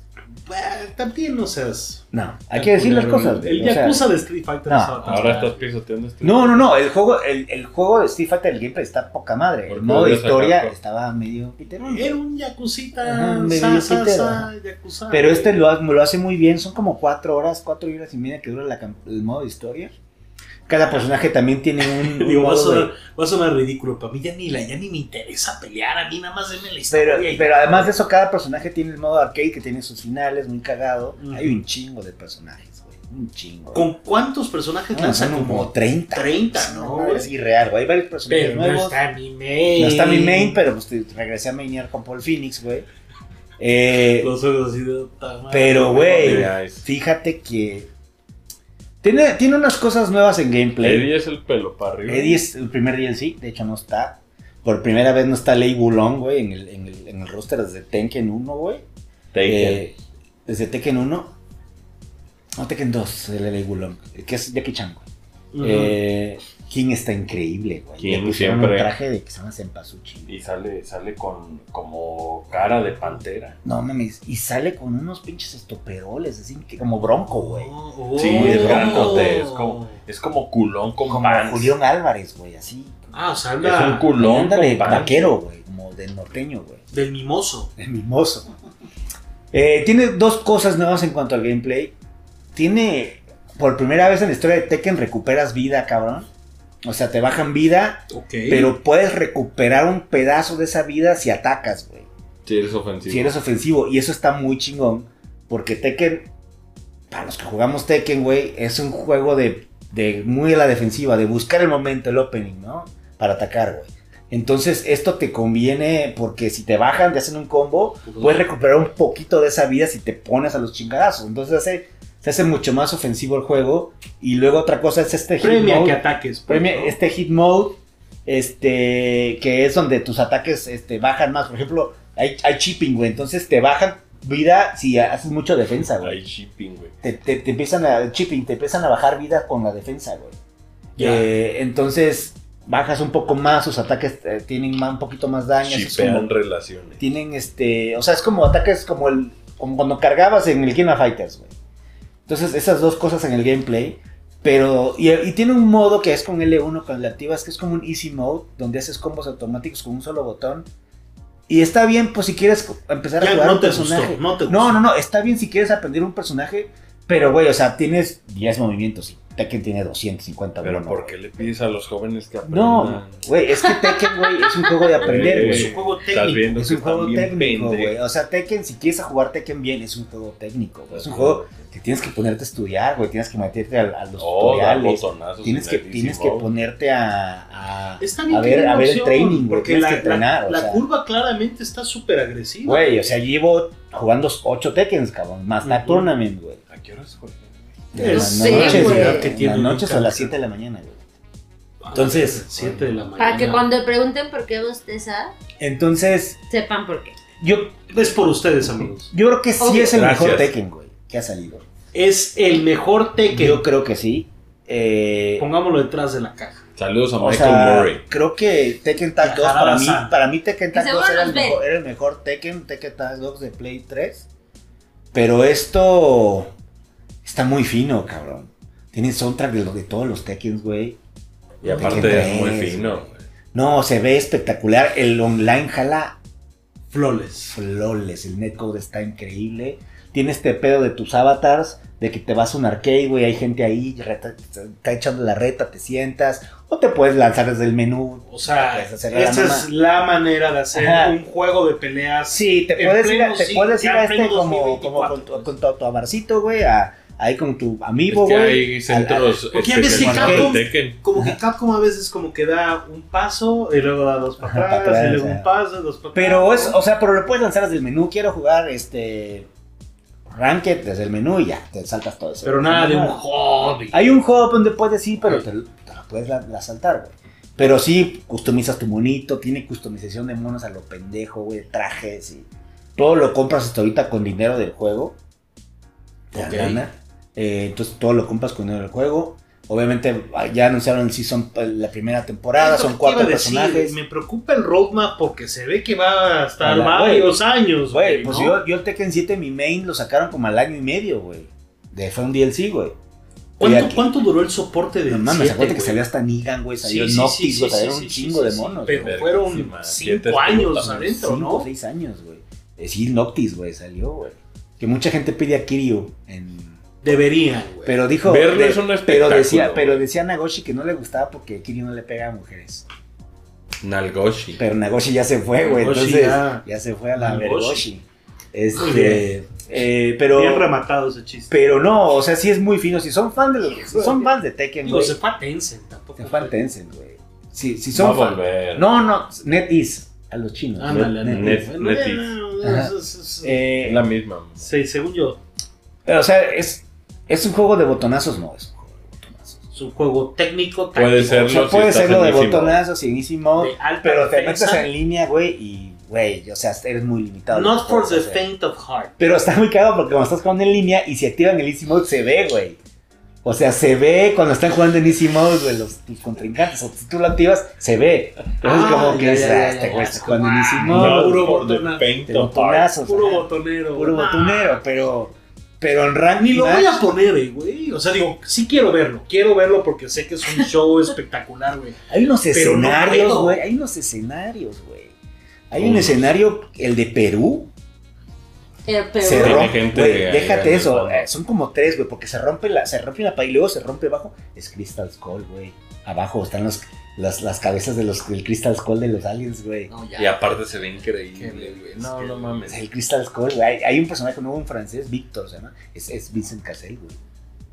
D: bah, también no seas...
A: No, hay que decir las
B: culero,
A: cosas,
D: El
A: güey, o sea,
D: Yakuza de Street Fighter
A: Este, no,
D: estaba tan
B: Ahora
D: padre.
B: estás pisoteando este.
A: no, no, no, el juego, el, el juego de Street Fighter, el gameplay está poca madre. El
B: Porque
A: modo
B: podrías
A: historia
B: sacar-
A: estaba medio piterón.
D: Era un Yakuzita,
A: Ajá, medio
D: sa, sa,
A: pitero,
D: sa,
A: ajá.
D: Yakuza.
A: Pero este lo, ha- lo hace muy bien, son como cuatro horas, cuatro horas y media que dura la cam- el modo de historia. Cada personaje también tiene un, un
D: Digo, va, a
A: modo de-
D: sonar, va a sonar ridículo, para mí ya ni, la, ya ni me interesa pelear, a mí nada más denme la historia.
A: Pero,
D: y-
A: pero además de eso, cada personaje tiene el modo arcade que tiene sus finales, muy cagado.
D: Ujú.
A: Hay un chingo de personajes, güey. Un chingo.
D: ¿Con cuántos personajes
A: No,
D: lanzan?
A: son como 30.
D: 30, ¿no?
A: No, es irreal, güey. Hay varios personajes
D: Pero
A: nuevos.
D: no está mi main.
A: No está mi main, pero pues, te- regresé a mainear con Paul Phoenix, güey. Eh,
D: Los ojos así de puta madre.
A: pero, güey,
B: Nice.
A: fíjate que. Tiene, tiene unas cosas nuevas en gameplay.
B: Eddie es el pelo para arriba.
A: Eddie es el primer DLC, de hecho no está. Por primera vez no está Lei Wulong, güey, en el, en, el, en el roster desde Tenken 1, güey.
B: Taken.
A: Eh, desde Tekken 1. No, Tekken 2, el L.A. Wulong, que es Jackie Chan, güey.
D: Ujú.
A: Eh, King está increíble, güey.
B: King
A: Le pusieron
B: siempre.
A: un traje de que se llama Senpasuchi.
B: Y sale, sale con como cara de pantera.
A: No mames, y sale con unos pinches estoperoles, así que como bronco, güey.
D: Oh, oh.
B: Sí, es grandote, es como, es como culón con
A: Como
B: pants.
A: Julián Álvarez, güey, así.
D: Ah, o sea,
B: Es un
D: anda
B: culón
A: Ándale,
B: con pants.
A: vaquero, güey, como del norteño, güey.
D: del mimoso.
A: Es mimoso. Eh, tiene dos cosas nuevas en cuanto al gameplay. Tiene, por primera vez en la historia de Tekken, recuperas vida, cabrón. O sea, te bajan vida,
D: Ok.
A: pero puedes recuperar un pedazo de esa vida si atacas, güey.
B: Si eres ofensivo.
A: Si eres ofensivo. Y eso está muy chingón. Porque Tekken, para los que jugamos Tekken, güey, es un juego de, de muy a la defensiva, de buscar el momento, el opening, ¿no? Para atacar, güey. Entonces, esto te conviene porque si te bajan, te hacen un combo, pues, puedes recuperar un poquito de esa vida si te pones a los chingadazos. Entonces, hace- se hace mucho más ofensivo el juego. Y luego, otra cosa es este hit
D: Premia
A: mode.
D: que ataques. pues,
A: Premia
D: ¿no?
A: este hit mode, este, que es donde tus ataques este, bajan más. Por ejemplo, hay, hay chipping, güey. Entonces te bajan vida si haces mucho defensa, güey.
B: Hay shipping, güey.
A: Te, te- te empiezan a chipping, te empiezan a bajar vida con la defensa, güey.
D: Ya.
A: Eh, entonces bajas un poco más, sus ataques eh, tienen más- un poquito más daño. eso es como-
B: Shipean relaciones.
A: tienen este, o sea, es como ataques como el como cuando cargabas en el King of Fighters, güey. Entonces, esas dos cosas en el gameplay, pero y, y tiene un modo que es con L1 cuando le activas que es como un easy mode donde haces combos automáticos con un solo botón. Y está bien, pues si quieres co- empezar a
D: Ya,
A: jugar
D: no
A: un
D: te
A: personaje.
D: gustó, no te
A: no,
D: gustó.
A: no, no, está bien si quieres aprender un personaje, pero güey, o sea, tienes 10 movimientos y Tekken tiene 250
B: Pero
A: bueno,
B: ¿por
A: güey.
B: qué le pides a los jóvenes que aprendan?
A: No, güey, es que Tekken, güey, es un juego de aprender,
B: Güey,
A: güey.
D: Es un juego
B: Eh, Estás
D: técnico.
B: viendo
A: Es
B: que
A: un juego
B: están bien
A: técnico, güey.
B: pendejos.
A: O sea, Tekken, si quieres jugar Tekken bien, es un juego técnico. güey. Es un
B: Ajá.
A: juego que tienes que ponerte a estudiar, güey. Tienes que meterte a, a los
B: Oh, dar
A: tutoriales.
B: botonazos
A: Tienes
B: en
A: que,
B: el
A: tienes
B: Easy
A: que
B: Mode.
A: ponerte a, a,
D: Está bien
A: a
D: que
A: ver,
D: tenga
A: a ver el
D: opción,
A: training, güey.
D: Porque
A: Tienes
D: la,
A: que entrenar.
D: la-
A: o
D: la
A: sea.
D: curva claramente está súper agresiva.
A: Güey, o sea, llevo jugando 8 Tekkens, cabrón. Más la
D: Ujú.
A: tournament, güey.
B: ¿A qué horas juegan?
A: De
D: No
A: las
F: sé,
A: noches,
F: güey.
A: güey.
D: Que
A: En
D: tiene
A: Las noches
D: nunca.
A: a las 7 de la mañana, güey.
D: Entonces, 7 de la mañana.
F: Para que cuando pregunten por qué bosteza,
A: Entonces,
F: sepan por qué.
A: yo,
D: Es por ustedes, amigos.
A: yo creo que sí
F: Obvio.
A: es el mejor
B: Gracias.
A: Tekken, güey. Que ha salido.
D: Es el mejor Tekken.
A: Yo creo que sí. Eh,
D: Pongámoslo detrás de la caja.
B: Saludos a
A: O
B: Michael
A: sea,
B: Murray.
A: creo que Tekken Tag
D: Y
A: 2 para mí,
D: Jarabasa.
A: para mí Tekken Tag
F: Que
A: 2 era
F: seguro
A: el,
F: nos ve.
A: mejor, era el mejor Tekken, Tekken Tag 2 de Play 3. Pero esto está muy fino, cabrón. Tienen soundtrack de, lo- de todos los Tekken, güey.
B: Y aparte
A: Tekken
B: es muy
A: 3,
B: fino.
A: güey. No, se ve espectacular. El online jala
D: Flores.
A: flores. El netcode está increíble. Tiene este pedo de tus avatars, de que te vas a un arcade, güey. Hay gente ahí, reta- está echando la reta, te sientas. O te puedes lanzar desde el menú,
D: O sea,
A: Pues, hacer
D: esa
A: la mamá.
D: es la manera de hacer
A: Ajá.
D: un juego de peleas.
A: Sí, te
D: En
A: puedes ir
D: pleno
A: a, te
D: sí,
A: puedes
D: ya
A: ir a
D: en pleno
A: este como,
D: 2024,
A: como con, tu,
D: pues.
A: con tu, tu abarcito, güey, a- ahí con tu amigo,
B: Es que
A: güey.
B: hay centros
D: Porque ya ves que
B: especializados
D: Capcom-
B: en Tekken.
D: Como que Capcom a veces como que da un paso y luego da dos para
A: Ajá, para
D: atrás,
A: atrás,
D: y luego
A: ajá.
D: un paso, dos para
A: Pero
D: atrás.
A: es, o sea, pero lo puedes lanzar desde el menú. Quiero jugar este Ranked desde el menú y ya, te saltas todo eso.
D: Pero nada de un hobby.
A: Hay un hub donde puedes ir, pero te, te lo puedes la, la saltar, güey. Pero sí, customizas tu monito, tiene customización de monos a lo pendejo, güey, trajes y todo lo compras hasta ahorita con dinero del juego. de la
D: Ok.
A: lana. Eh, entonces todo lo compras con dinero del juego. Obviamente ah, ya anunciaron el season, la primera temporada,
D: Es lo
A: son
D: que te iba
A: cuatro
D: a decir,
A: personajes.
D: Me preocupa el roadmap porque se ve que va a estar
A: A la-
D: varios años,
A: Güey,
D: güey.
A: pues
D: ¿no?
A: yo, yo el Tekken 7, mi main, lo sacaron como al año y medio, güey. De, fue un DLC, güey. Y
D: ¿Cuánto,
A: aquí-
D: cuánto duró el soporte de
A: No mames, acuérdate que salió hasta Negan, güey, salió
D: Sí, sí,
A: Noctis,
D: sí,
A: güey,
D: sí,
A: salieron
D: sí,
A: un
D: sí,
A: chingo
D: sí,
A: de
D: sí,
A: monos.
D: pero
A: güey.
D: fueron
B: Verguísima. Siete
D: cinco años
B: estuvo también.
D: adentro,
A: Cinco,
D: ¿no?
A: seis años, güey. Eh, Sí, Noctis, güey, salió, güey. Que mucha gente pide a Kiryu en...
D: Deberían, güey.
A: Pero dijo...
B: Verlo
A: de-
B: es un
A: pero
B: espectáculo.
A: decía, pero decía Nagoshi que no le gustaba porque Kiryu no le pega a mujeres.
B: Nalgoshi.
A: Pero Nagoshi ya se fue, güey.
D: Nagoshi
A: Entonces ya.
D: ya-
A: se fue a la
D: Nagoshi.
A: Vergoshi. Este,
D: bien.
A: eh, pero
D: Bien rematado ese chiste.
A: Pero no, o sea, sí es muy fino. Si son fan de, los- si son fans de Tekken,
D: Digo,
A: güey.
D: se fue a Tencent, tampoco.
A: Se fue al Tencent, güey. Si, si
B: Va a
A: son fan-
B: volver.
A: No, no, NetEase. A los chinos.
D: Ándale,
A: Net-
B: ándale.
A: NetEase.
B: Net-
D: Bueno,
B: Netis.
D: eh, es- es- es-
A: Eh,
B: La misma.
D: Sí, según yo,
A: pero, o sea, es, es un juego de botonazos, no es un juego de botonazos.
D: es un juego técnico.
B: Puede
D: táctico,
A: O
B: serlo.
A: sea,
B: si
A: puede
B: estás
A: ser lo de
B: en Easy Mode.
A: botonazos, finísimo.
D: de alta
A: Pero te
D: defensa.
A: metes en línea, güey, y, güey, o sea, eres muy limitado. Lo
D: Not
A: que
D: for
A: puedes
D: the
A: hacer.
D: faint of heart.
A: Pero está muy cagado porque cuando estás jugando en línea y si activan el Easy Mode se ve, güey. O sea, se ve cuando están jugando en Easy Mode, güey, los tus contrincantes. O si tú lo activas, se ve. Entonces,
D: Ah,
A: como que
D: ya,
A: es,
D: ya,
A: ah,
D: ya,
A: este
D: ya,
A: güey
D: es
A: está
D: como,
A: jugando en Easy
D: ah,
A: Mode.
D: no, puro
B: por the
D: botonazo.
B: faint
A: de
B: of heart.
A: botonazos,
D: Puro
A: ajá,
D: botonero.
A: puro
D: nah.
A: botonero. Pero, pero en rank
D: Ni lo
A: match,
D: voy a poner, eh, güey. O sea, digo, sí quiero verlo. Quiero verlo porque sé que es un show espectacular, güey.
A: Hay unos
D: pero no
A: escenarios,
D: puedo.
A: güey. hay unos escenarios, güey. Hay un
B: Unos.
A: escenario, el de Perú,
F: Eh, pero
A: se
B: Tiene
A: rompe,
B: gente
A: güey,
B: de-
A: déjate
B: de-
A: eso,
B: de-
A: eh, son como tres, güey, porque se rompe la, se rompe la pared y luego se rompe abajo, es Crystal Skull, güey, abajo están los, las, las cabezas de los, del Crystal Skull de los aliens, güey,
D: No,
B: Y aparte se ve increíble, güey. No, no mames.
A: el Crystal Skull, güey, hay, hay un personaje nuevo en francés, Víctor, se llama, es, es Vincent Cassel, güey,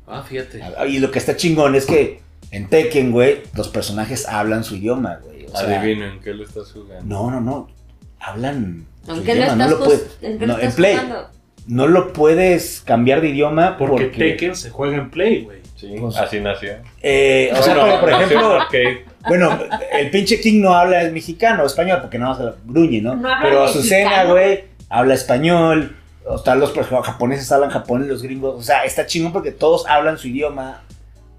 D: Ah, fíjate.
A: Ah, y lo que está chingón es que en Tekken, güey, los personajes hablan su idioma, güey, o sea,
B: Adivino en qué lo estás jugando.
A: no, no, no, hablan su
F: ¿En qué lo
A: idioma,
F: estás,
A: no lo puedes,
F: jus- en
A: no,
F: qué lo estás
A: en Play,
F: jugando?
A: no lo puedes cambiar de idioma
D: Porque, Tekken se juega en Play, güey.
B: Sí,
A: Pues-
B: así nació.
A: Eh, o sea,
B: Bueno,
A: por, por ejemplo,
B: nació Arcade.
A: bueno, el pinche King no habla es mexicano, español, porque nada más gruñe, ¿no?
E: No habla
A: Pero Azucena,
E: mexicano.
A: güey, habla español. O sea, los pues, los japoneses hablan japonés, los gringos. O sea, está chingón porque todos hablan su idioma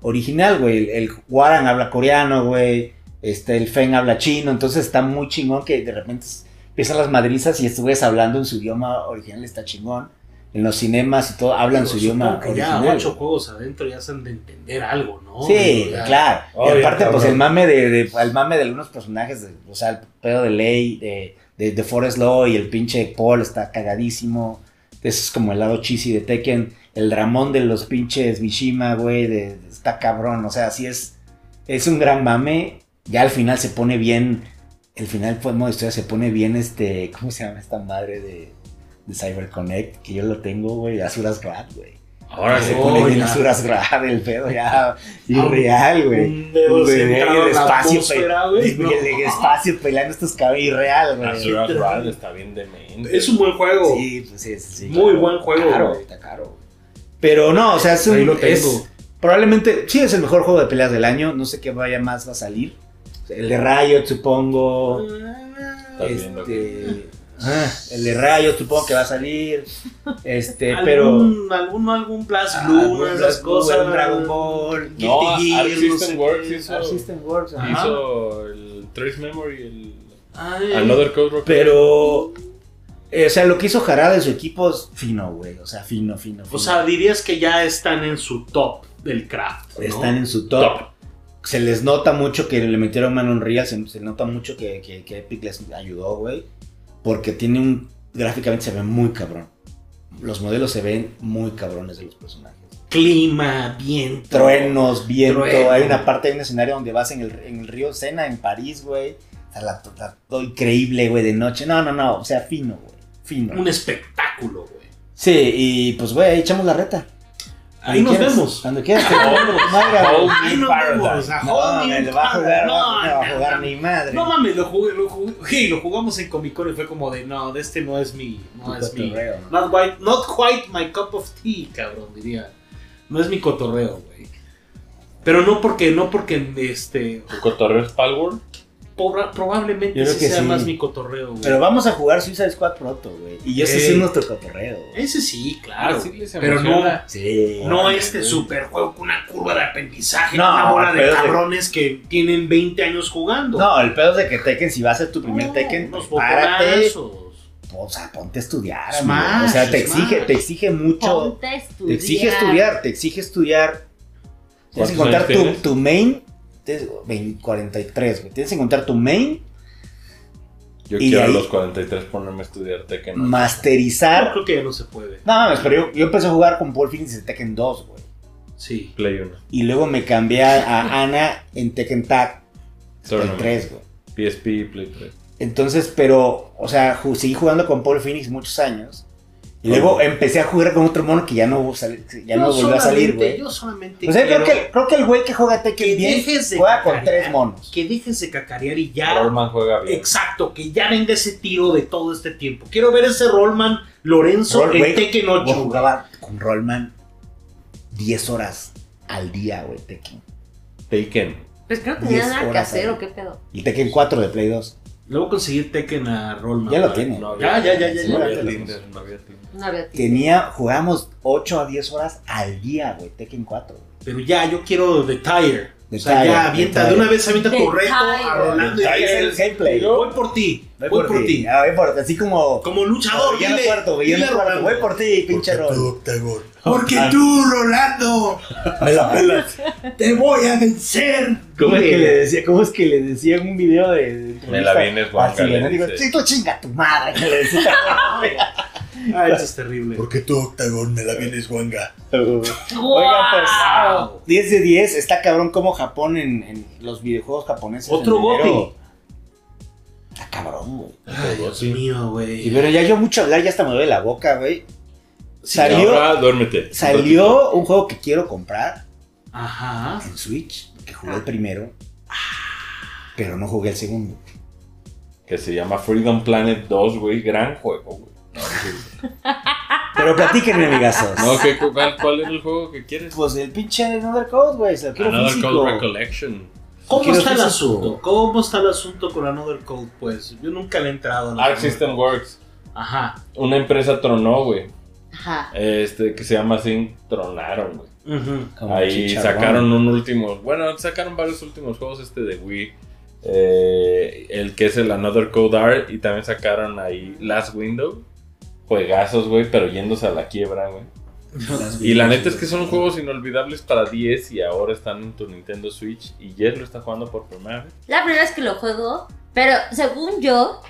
A: original, güey. El, el Waran habla coreano, güey. Este, el Fen habla chino. Entonces está muy chingón que de repente empiezan las madrizas y estuvieses hablando en su idioma original. Está chingón. En los cinemas y todo, hablan
D: Digo,
A: su idioma
D: supongo que ya
A: original.
D: ocho
A: güey.
D: juegos adentro ya se han de entender algo, ¿no?
A: Sí,
D: Digo, ya.
A: claro. y
B: Obvio,
A: aparte, pues
B: cabrón.
A: el mame de, de- el mame de algunos personajes, de- o sea, el pedo de Ley, de, de, de Forest Law y el pinche Paul está cagadísimo. Ese es como el lado chisi de Tekken. El dramón de los pinches Mishima, güey, de- de- está cabrón. O sea, sí es, es un gran mame. Ya al final se pone bien, el final fue modo historia, se pone bien este, ¿cómo se llama esta madre de, de CyberConnect? Que yo lo tengo, güey, Asuras Grad, güey.
B: Ahora
A: Se
B: sí.
D: Oh,
A: pone bien
D: ya.
A: Asuras Grad, el pedo ya irreal, Ah, güey.
D: Un dedo
A: Güey,
D: centrado
A: el
D: en la
A: espacio,
D: atmósfera,
A: güey.
D: güey.
A: El,
D: No.
A: el espacio peleando estos cabellos irreal, güey.
B: Azura Rad está bien demente.
D: Es un buen juego.
A: Sí, pues sí, sí, sí,
D: Muy buen juego,
A: Caro,
D: güey.
A: está caro. Pero no, o sea, es un.
D: Ahí lo tengo.
A: es- probablemente sí es el mejor juego de peleas del año. No sé qué vaya más va a salir. El de Riot,
D: Ah,
A: supongo.
B: Estás
D: eh,
B: viendo
A: Este. ah, el de Riot, supongo que va a salir. Este, pero.
D: algún, algún, algún Blast
A: Ah,
D: Blue,
A: algún
D: esas
A: Blast Blue,
D: cosas.
A: algún Dragon Ball,
D: Guilty
B: No, Art
D: Gear, no
B: System
D: sé
B: Works
D: qué.
B: hizo,
A: Art System Works, ajá.
B: hizo el Trace Memory, el
D: Ay,
B: Another Code Rock.
A: Pero. eh, o sea, lo que hizo Jarada de su equipo es fino, güey. O sea, fino, fino.
D: O
A: fino.
D: sea, dirías que ya están en su top del craft. ¿no?
A: están en su top. Se les nota mucho que le metieron mano en Real. Se, se nota mucho que, que- que Epic les ayudó, güey. Porque tiene un. Gráficamente se ve muy cabrón. Los modelos se ven muy cabrones de los personajes.
D: Clima, viento.
A: Truenos, viento.
D: Trueno.
A: Hay una parte, hay un escenario donde vas en el, en el río Sena, en París, güey. O sea, la- la- todo increíble, güey, de noche. No, no, no. O sea, fino, güey. Fino.
D: Un espectáculo, güey.
A: Sí, y pues, güey, ahí echamos la reta.
D: Ahí
A: Cuando
D: nos
A: quieras,
D: vemos.
A: Cuando quieras, te ponemos madre, güey.
D: Ahí nos vemos. a
A: No,
D: Holding
A: me lo va a jugar,
D: Paradise.
A: no, me va a
D: no,
A: jugar
D: no,
A: ni madre.
D: No mames, lo jugué, lo jugué, sí, lo jugamos en Comic Con y fue como de, no, de este no es mi,
A: Tu
D: no es mi,
A: cotorreo, ¿no?
D: not quite, not quite my cup of tea, cabrón, diría. No es mi cotorreo, güey. Pero no porque, no porque, este,
B: ¿Tu cotorreo es Palworld?
D: pobra- probablemente
B: Yo creo
D: ese
B: que
D: sea
A: sí.
D: más mi cotorreo, güey.
A: Pero vamos a jugar Suicide Squad pronto, güey. Y yo sé
D: Ey.
A: si es nuestro cotorreo. güey.
D: Ese Ah, sí, claro.
B: Sí les
D: pero no,
B: emociona.
A: Sí.
D: no este superjuego con una curva de aprendizaje,
A: No,
D: una bola de
A: pero-
D: cabrones que tienen 20 años jugando.
A: No, el pedo es de que Tekken, si va a ser tu primer
D: No,
A: Tekken,
D: unos
A: párate.
D: botonazos.
A: O sea, ponte a estudiar.
D: Smash,
A: amigo. o sea, te
D: Smash.
A: exige, te exige mucho.
E: Ponte a
A: Te exige estudiar, te exige estudiar. Tienes que
B: ¿Cuántos años
A: contar tu,
B: tienes?
A: tu main. tienes- oh, 20, 43, güey. Tienes que contar tu main,
B: Yo
A: Y
B: quiero a
A: ahí-
B: los 43 ponerme a estudiar Tekken. ¿no?
D: No,
A: masterizar.
D: creo que ya no se puede.
A: No mames, pero yo, yo empecé a jugar con Paul Phoenix en Tekken 2, güey.
D: Sí.
B: Play 1.
A: Y luego me cambié a, a Ana en Tekken Tag en
B: Tournament.
A: 3, güey.
B: PSP y Play 3.
A: Entonces, pero, o sea, ju- seguí jugando con Paul Phoenix muchos años. Y luego
B: Ojo.
A: empecé a jugar con otro mono que ya no, sal- ya no
D: Yo
A: volvió a salir,
D: solamente-
A: güey.
D: Yo solamente
A: O sea, creo
D: quiero
A: que, creo que el güey que juega
D: que
A: Tekken bien
D: dejes de
A: juega con
D: cacarear,
A: tres monos.
D: Que dejes de cacarear y ya.
B: Rollman juega bien.
D: Exacto, que ya venga ese tiro de todo este tiempo. Quiero ver ese Rollman Lorenzo
A: Roll-
D: en
A: güey,
D: Tekken
A: Yo
D: 8. güey.
A: jugaba con Rollman 10 horas al día, güey, Tekken.
B: Taken.
F: Pues creo que
A: Diez
F: tenía nada que
A: horas
F: hacer,
A: ahí.
F: ¿o qué pedo?
A: Y Tekken 4 de Play 2.
D: Luego conseguir Tekken a Rollman.
A: Ya lo
D: güey.
A: tiene.
B: No
D: Ya,
B: había-
D: ya, ya, ya,
A: Sí,
D: ya.
B: No había
A: ya.
B: Tinder, no había Tinder.
F: No había tiempo.
A: Tenía, jugábamos 8 a 10 horas al día, güey, Tekken 4. güey.
D: Pero ya, yo quiero The Tire. o sea,
A: The
D: ya
A: Tire,
D: avienta,
A: The
D: de
A: Tire.
D: una vez avienta tu
E: The
D: reto
E: Tire.
D: a Rolando y
A: The Tire
D: dices,
A: es el gameplay.
D: Voy por ti, voy, por, ti.
A: Ah, voy por ti. Así como...
D: Como luchador,
A: Ya no
D: dile,
A: cuarto, güey, ya
D: dile
A: no
D: a
A: cuarto.
D: Rolando.
A: Voy por Ah. ti, pinche Roll.
D: Porque tú, Rolando,
A: Me la pelas.
D: te voy a vencer.
A: ¿Cómo es
D: Güey.
A: que le decía, cómo es que le decía en un video de... de
B: Me la
A: entrevista
B: vienes, Juan
A: al Sileno?
B: Galen,
A: Digo,
B: dice.
A: sí, tú chinga tu madre. que le decía.
D: Ah, eso es terrible.
G: Porque tú, Octagón, me la vienes, Juanga.
A: Oigan, pues,
D: Wow.
A: 10 de 10, está cabrón como Japón en, en los videojuegos japoneses.
D: Otro
A: en enero.
D: goti.
A: Está cabrón, güey.
D: Ay,
B: Pues
D: Dios mío,
A: Y
D: güey.
A: pero ya yo mucho hablar, ya hasta me duele la boca, güey.
D: Sí,
A: salió
B: Ahora duérmete.
A: salió un juego que quiero comprar
D: Ajá.
A: en Switch, que jugué el primero, pero no jugué el segundo.
B: Que se llama Freedom Planet 2, güey. Gran juego, güey.
A: Pero platíquenme, amigazos.
B: No, ¿qué, cuál, ¿cuál es el juego que quieres?
A: Pues el pinche Another Code, güey, se lo quiero
B: Another
A: físico.
B: Code Recollection.
D: ¿Cómo
A: Quiero
D: está el
A: físico.
D: asunto? ¿Cómo está el asunto con Another Code? Pues yo nunca le he entrado.
A: Ah,
D: a la
B: Arc
D: Another
B: System Works.
D: Code. Ajá.
B: Una empresa tronó, güey.
F: Ajá.
B: Este, que se llama así, tronaron, güey.
D: Ujú.
A: Como
B: Ahí
A: chicharrón.
B: sacaron un último, bueno, sacaron varios últimos juegos este de Wii, eh, el que es el Another Code Art y también sacaron ahí Last Window, juegazos, güey, pero yéndose a la quiebra, güey. Y la neta es que son juegos inolvidables para 10 y ahora están en tu Nintendo Switch y Jess lo está jugando por primera vez.
F: La primera vez que lo juego, pero según yo,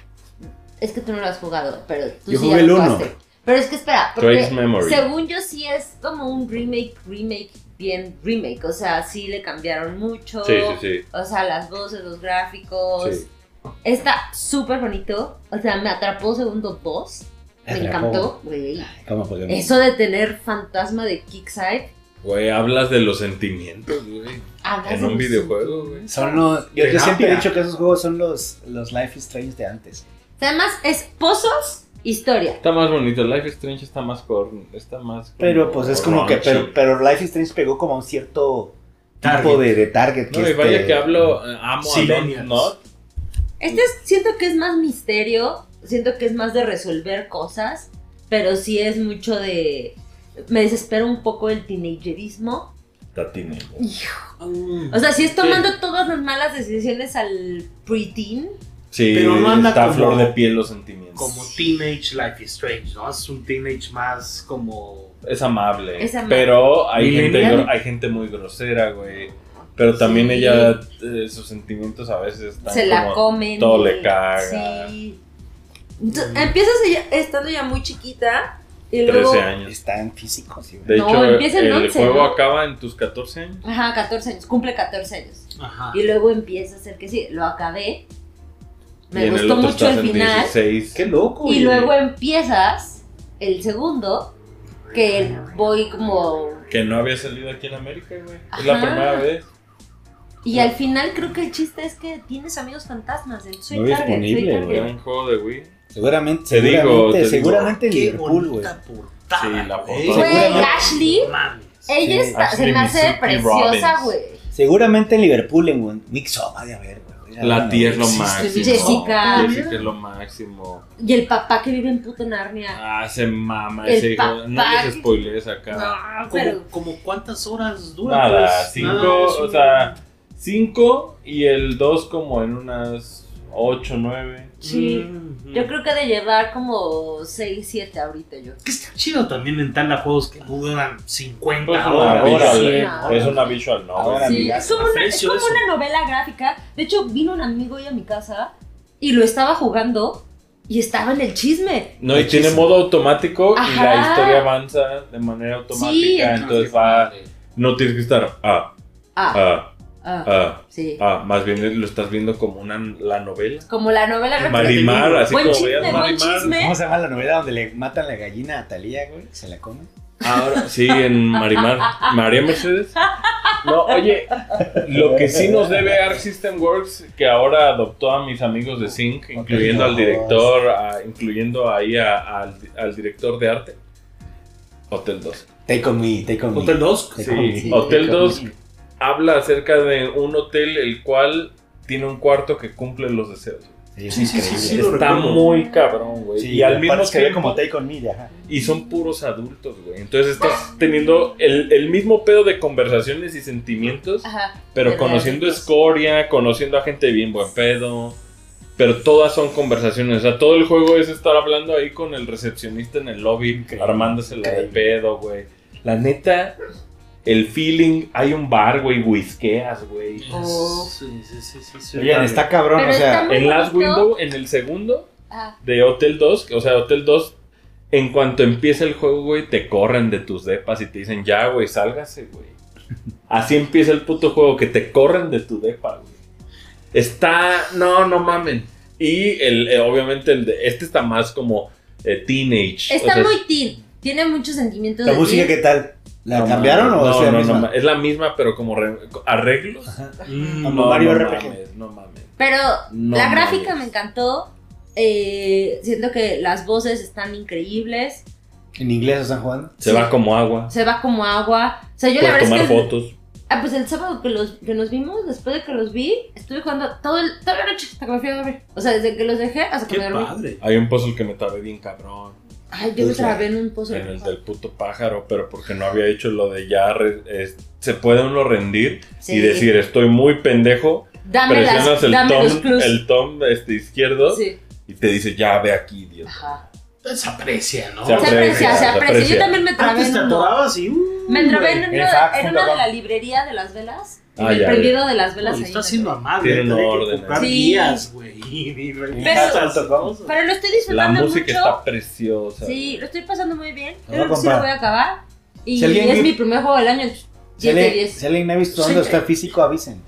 F: es que tú no lo has jugado, pero tú
A: Yo
F: sí
A: jugué
F: ya lo
A: el uno.
F: jugaste. Pero es que espera,
B: Trace
F: porque
B: Memory.
F: según yo sí es como un remake, remake, bien remake. O sea, sí le cambiaron mucho.
B: Sí, sí, sí.
F: O sea, las voces, los gráficos.
B: Sí.
F: Está súper bonito. O sea, me atrapó segundo dos. Me
A: Atrapó.
F: encantó, güey.
A: ¿Cómo podemos?
F: Eso de tener fantasma de Kickside.
B: Güey, hablas de los sentimientos, güey.
F: hablas
B: En
F: de
B: un
F: los
B: videojuego, güey.
A: Son los. Yo, yo
D: Terapia.
A: siempre he dicho que esos juegos son los, los Life is Strange de antes.
F: Además, es pozos, historia.
B: Está más bonito, Life is Strange está más corn, está más... como
A: Pero pues es como que. Pero,
B: raunchy.
A: pero Life is Strange pegó como a un cierto tipo
D: Target.
A: de, de target. este
B: No, y
A: es
B: vaya
A: de-
B: que hablo, eh, amo a Don't
D: Millennials.
B: Not,
F: Este es- siento que es más misterio, siento que es más de resolver cosas, pero sí es mucho de... Me desespera un poco el teenagerismo.
B: Tatine.
D: Mm.
F: O sea, sí es tomando todas las malas decisiones al preteen.
B: Sí,
D: Pero no anda
B: está a
D: como-
B: flor de piel los sentimientos.
D: como teenage life is strange, ¿no? Es un teenage más como
B: Es amable.
F: Es amable.
B: Pero hay gente,
D: Millennial.
B: gro- hay gente muy grosera, güey. Pero también
F: Sí.
B: ella, eh, sus sentimientos a veces están
F: se la
B: como-
F: comen.
B: todo le
F: y-
B: caga.
F: Sí. Entonces, empiezas ya- estando ya muy chiquita y
B: 13
F: luego...
B: años.
A: Está en físico, sí, güey.
B: De
F: No,
B: hecho,
F: empieza en
B: el
F: 11,
B: juego
F: ¿no?
B: acaba en tus 14 años.
F: Ajá, 14 años, cumple 14 años.
D: ajá.
F: Y luego empieza a ser que sí, lo acabé.
B: y en
F: Me
B: el
F: gustó
B: otro
F: mucho
B: estás
F: el
B: en
F: final.
B: 16.
D: Qué loco.
F: Y
D: güey.
F: luego empiezas el segundo, que voy como...
B: Que no había salido aquí en América, güey. Es la
F: Ajá.
B: primera vez.
F: Y al final creo que el chiste es que tienes amigos fantasmas. El soy
A: No
F: target, soy
A: disponible,
F: target.
B: Era un juego de Wii.
A: Seguramente.
B: Te digo,
A: seguramente,
B: te digo.
A: seguramente en
D: Qué
A: Liverpool, güey.
D: bonita portada.
B: Sí, la portada.
D: güey.
F: Güey, Eh,
A: Seguramente-
F: Ashley,
D: Mames.
F: Ella está-
B: Ashley
F: se me hace
B: Mizuki
F: preciosa,
B: Robbins.
F: güey.
A: Seguramente en Liverpool, en un Mixoma, de haber, güey.
B: La tía es lo
D: existe
B: máximo.
F: Jessica.
B: Jessica es lo máximo.
F: Y el papá que vive en puta Narnia.
B: Ah, se mama
F: El
B: ese hijo. No
F: papá.
B: les spoilees acá.
D: Ah,
F: Pero-
D: como, como cuántas horas dura.
B: Nada,
D: pues,
B: cinco,
D: nada, es
B: o
D: un-
B: sea, cinco y el dos como en unas ocho, nueve.
F: Sí.
D: Mm,
F: Yo creo que ha de llevar como 6, 7 ahorita yo.
D: Que está chido también en tal a juegos que duran 50
B: Pues una
D: horas.
B: hora,
D: Ah, sí.
B: güey.
F: una
B: es una visual
A: Ahora
B: novel.
F: Sí,
A: mira,
F: es como, una, es
D: aprecio
F: como
D: eso.
F: una novela gráfica. De hecho, vino un amigo hoy a mi casa y lo estaba jugando y estaba en el chisme.
B: No, y tiene modo automático y la
F: Ajá.
B: historia avanza de manera automática.
F: Sí,
B: entonces va. No tienes que estar. Ah,
F: Ah,
B: ah,
F: ah,
B: ah,
F: sí.
B: ah. Más bien lo estás viendo como una, la novela.
F: Como la novela gráfica.
B: Marimar, así
F: Buen
B: como
F: chisme,
B: veas
F: buen
B: Marimar.
F: chisme.
A: ¿Cómo se llama la novela donde le matan la gallina a Talía, güey? ¿Se la come?
B: Ahora, sí, en Marimar. María Mercedes. No, oye, lo que sí nos debe Arc System Works, que ahora adoptó a mis amigos de Sync, incluyendo al director, a- incluyendo ahí a- al, al director de arte. Hotel 2.
A: Take on me, take on me.
D: Hotel 2.
A: Take
B: Sí,
A: on me,
B: Hotel
A: take on
B: 2.
A: me.
B: Habla acerca de un hotel el cual tiene un cuarto que cumple los deseos.
A: Sí, es
D: Sí, sí, sí,
A: increíble.
D: sí, lo
B: Está
D: recuerdo.
B: muy cabrón, güey.
A: Sí,
B: y al mismo
A: aparte se ve
B: tiempo,
A: como Take on me, de ajá.
B: y son puros adultos, güey. Entonces estás teniendo el, el mismo pedo de conversaciones y sentimientos,
F: Ajá.
B: pero
F: de
B: conociendo
F: realistas.
B: escoria, conociendo a gente bien buen pedo. Pero todas son conversaciones, o sea, todo el juego es estar hablando ahí con el recepcionista en el lobby, armándose la de pedo, güey. La neta, el feeling, hay un bar, güey, whiskeas, güey.
F: Oh.
D: Sí, sí, sí, sí, sí.
A: Oigan, está cabrón,
F: Pero
A: o sea.
F: está muy
B: En Last
F: bonito.
B: Window, en el segundo,
F: Ah,
B: de Hotel 2, o sea, Hotel 2, en cuanto empieza el juego, güey, te corren de tus depas y te dicen, ya, güey, sálgase, güey. Así empieza el puto juego, que te corren de tu depa, güey. Está, no, no mamen. Y el, eh, obviamente el de, este está más como eh, teenage. o
F: está
B: sea,
F: muy teen. Tiene muchos sentimientos
A: ¿La
F: de
A: música
F: teen.
A: qué tal? ¿La
B: no
A: cambiaron
B: mames,
A: o
B: no,
A: es la
B: no, no,
A: misma?
B: ma- es la misma, pero como re- arreglos.
D: Mm,
A: Como
B: No,
A: Mario
B: no
A: RPG.
B: mames, no mames.
F: Pero
B: No
F: la
B: mames.
F: gráfica me encantó. Eh, siento que las voces están increíbles.
A: ¿En inglés están jugando?
B: Se va como agua.
F: Se va como agua. O sea, yo la
B: Puedes
F: verdad
B: tomar
F: es que.
B: fotos.
F: Ah, pues el sábado que, los, que nos vimos, después de que los vi, estuve jugando todo el, toda la noche hasta que me fui a dormir. O sea, desde que los dejé hasta que
D: Qué
F: me dormí.
D: padre.
B: Hay un puzzle que me trabé bien cabrón.
F: Ay, yo me trabé en un pozo.
B: en el del puto pájaro, pero porque no había hecho lo de ya re- es- se puede uno rendir
F: Sí.
B: y decir estoy muy pendejo,
F: Dame,
B: presionas
F: las,
B: el
F: dame los
B: tom,
F: plus.
B: el tom este izquierdo
F: Sí,
B: y te dice ya ve aquí, Dios.
F: ajá.
D: Se aprecia, ¿no?
B: Se
F: Se
B: aprecia,
F: aprecia, se
B: se
F: aprecia.
B: aprecia.
F: Yo también me trabé
D: Antes
F: en
D: te
F: uno.
D: atorabas y. uh,
F: Me trabé en,
D: güey.
F: uno-
A: Exacto,
F: en una de
A: cabrón.
F: la librería de las velas. En
B: Ah,
F: el
B: ya,
F: prendido de las velas.
D: Uy,
F: ahí
D: Está
F: me
D: siendo
F: trabé.
D: amable.
B: Tiene
D: tenía
B: un
D: que
B: orden,
D: comprar
F: ¿eh? Sí.
D: guías, güey. y- y- y- estas cosas.
F: Pero lo estoy
B: La
F: disfrutando
B: música
F: mucho.
B: está preciosa.
F: Sí, lo estoy pasando muy bien.
A: Lo voy a
F: Creo que sí lo
A: comprar.
F: voy a acabar. Y
A: Si alguien
F: es
A: vi-
F: mi primer juego del año.
A: Si
F: 7
A: alguien,
F: 10.
A: si alguien ha visto
D: Sí.
A: dónde está físico, avisen.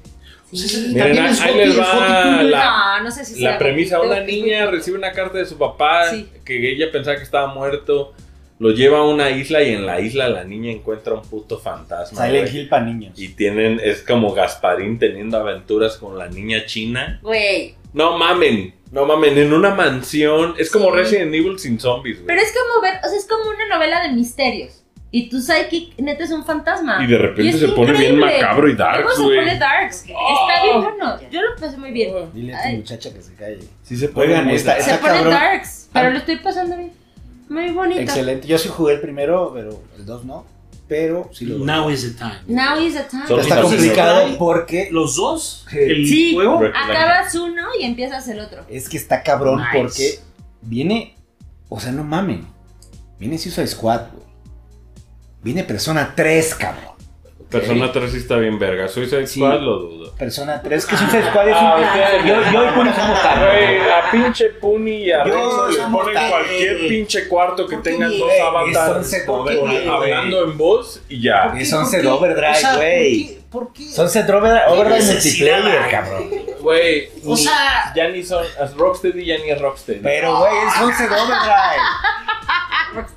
F: Sí.
B: Miren,
D: También es
B: ahí
D: hobby,
B: les
D: es
B: va
D: hobby tuyo.
B: la-
F: no, no sé si
B: La
F: sea-
B: premisa, una
F: Ah, tengo que-
B: niña recibe una carta de su papá
F: Sí.
B: que ella pensaba que estaba muerto, lo lleva a una isla y en la isla la niña encuentra un puto fantasma.
A: Silent
B: güey.
A: Hill para niños.
B: Y tienen, es como Gasparín teniendo aventuras con la niña china.
F: Güey,
B: No mamen, no mamen, en una mansión. Es como
F: Sí.
B: Resident Evil sin zombies, güey.
F: pero es como ver, o sea, es como una novela de misterios. Y tu psychic neta es un fantasma.
B: Y de repente
F: Y es
B: se pone bien
F: increíble.
B: macabro y
F: Luego
B: darks,
F: se pone
B: güey.
F: darks. Está bien bueno. Yo lo pasé muy bien.
A: Dile a tu
F: Ay.
A: muchacha que se calle.
B: Sí se
A: Oigan,
B: muy
A: esta-
B: dark.
A: esta-
F: Se
A: Está
F: pone
A: cabrón.
F: darks, pero lo estoy pasando bien. Muy bonito.
A: Excelente. Yo sí jugué el primero, pero el dos no. Pero sí lo
D: Now is the time.
F: Now is the time.
B: Solo-
A: Está
B: Entonces,
A: complicado
D: ¿no?
A: porque
D: Los dos.
A: Sí.
D: El
F: Sí.
D: juego.
B: Re-
F: Acabas uno y empiezas el otro.
A: es que está cabrón
D: Nice.
A: porque viene, o sea, no mamen. Viene Suicide Squad, güey. Viene Persona 3, cabrón.
B: Persona 3 sí está bien verga. Suicide
A: Sí.
B: Squad lo dudo.
A: Persona 3, que Suicide Squad es un...
B: Ah,
A: yo, yo y Puni somos cabrón.
B: Güey, a pinche Puni y a
A: Yo
B: Renzo le
A: somos
B: ponen
A: tan-
B: cualquier pinche cuarto que
A: ¿Por qué
B: tengan
A: ni-
B: dos
A: güey,
B: avatares
A: es once con- güey.
B: hablando en voz y
D: ¿Por
B: ya.
D: qué?
A: Es
D: ¿Por
A: Sunset
D: qué?
A: Overdrive,
D: O sea, ¿por
A: güey.
D: qué? ¿Por qué?
A: Sunset Overdrive, Overdrive
D: necesidad,
A: multiplayer,
D: güey?
A: cabrón.
B: Güey,
D: O
B: ni-
D: sea-
B: ya ni son. as Rocksteady ya ni es Rocksteady.
A: Pero, güey, es Sunset Overdrive.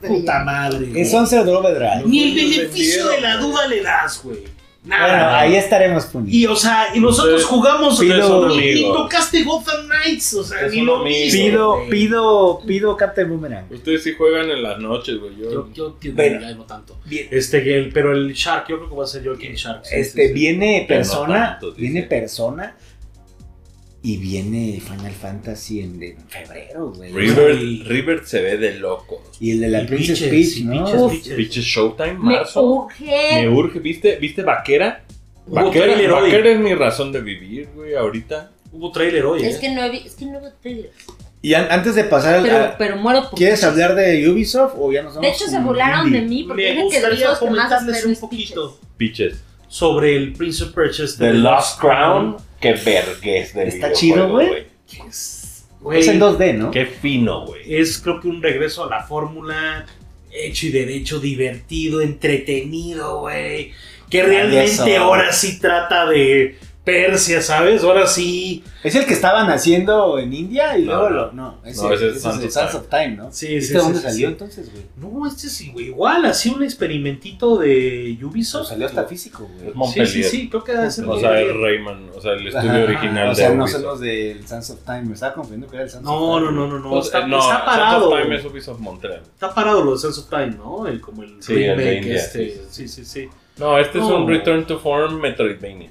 D: Puta madre. güey.
A: Es Sunset Overdrive.
D: Ni el
B: Los
D: beneficio
B: vendieron,
D: de la
B: güey.
D: duda le das, güey. Nada.
A: Bueno, ahí estaremos, Puni.
D: Y, o sea, y nosotros
B: Sí.
D: jugamos
B: Pido-
D: o sea,
B: Es un
D: ni, ni
B: amigo.
D: tocaste Gotham Knights, o sea,
B: Es
D: ni
B: un
D: lo
B: amigo.
D: viste,
A: Pido,
D: güey.
A: pido, pido Captain Boomerang.
B: Ustedes sí juegan en las noches, güey. Yo,
D: Yo, yo que
A: Bueno.
D: no, no tanto.
A: Bien.
D: Este, que el- pero el Shark, yo creo que va a ser yo aquí el Shark. sí,
A: Este,
D: sí, sí.
A: viene
B: Pero no
A: Persona,
B: tanto, dice.
A: viene Persona y viene Final Fantasy en, en febrero, güey.
B: River, River se ve de loco.
A: Y el de la
D: Y
A: Princess
D: Peaches,
A: Peach,
D: y
A: ¿no?
D: Peaches,
A: Uf,
D: Peaches.
B: Pinche Showtime,
F: Me
B: marzo. Me
F: urge.
B: urge, ¿viste? ¿Viste Vaquera?
D: Hubo
B: Vaquera,
D: trailer hoy.
B: Vaquera es mi razón de vivir, güey, ahorita.
D: Hubo trailer hoy.
F: Es
D: eh.
F: que no he vi- es que no veo trailers.
A: Y an- antes de pasar al...
F: Pero,
A: a-
F: pero muero por.
A: ¿Quieres hablar de Ubisoft o ya nos vamos
F: De hecho, se
A: con
F: burlaron de
A: indie?
F: mí porque
D: Me
F: dije que de los
D: gustaría
F: juegos que más
D: comentarles
F: espero
D: un
F: es
D: poquito
B: Piches.
D: sobre el Prince of Persia. este
B: The
D: de
B: Lost Crown, qué vergüenza de
A: Está
B: videojuego,
A: chido, güey.
D: Pitches.
A: Es en
D: Güey,
A: 2D, ¿no?
B: Qué fino, güey.
D: es creo que un regreso a la fórmula hecho y derecho, divertido, entretenido, güey. Que
A: eso.
D: realmente ahora sí trata de Persia, ¿sabes? Ahora sí.
A: Es el que estaban haciendo en India y
B: No,
A: luego
B: no.
A: lo... No, ese,
B: No, ese es
A: ese
B: Sands
A: es el
B: of
A: Sands
B: Time.
A: of Time, ¿no?
D: Sí,
A: ¿Este
D: sí,
A: dónde
D: sí,
A: salió
D: sí.
A: entonces, güey?
D: No, este es igual, así un experimentito de
A: Pues
D: Ubisoft.
A: salió hasta físico, güey.
B: Es Montpellier.
D: Sí, sí, sí, creo que es
B: O sea, el Rayman, o sea, el estudio
A: Ajá,
B: original
A: O sea,
B: de
A: no
B: Ubisoft.
A: son los del Sands of Time. Me estaba confundiendo que era el Sands of
D: No,
A: Time.
D: no, no, no, no.
B: Pues,
D: está,
B: eh, no,
D: está
B: Sands of
D: parado.
B: Time es Ubisoft Montreal.
D: Está parado lo de Sense of Time, ¿no? El, como el
B: Sí, el de
D: remake,
B: India,
D: este,
B: sí,
D: sí, sí, sí.
B: No, este es
D: No.
B: un Return to Form Metroidvania.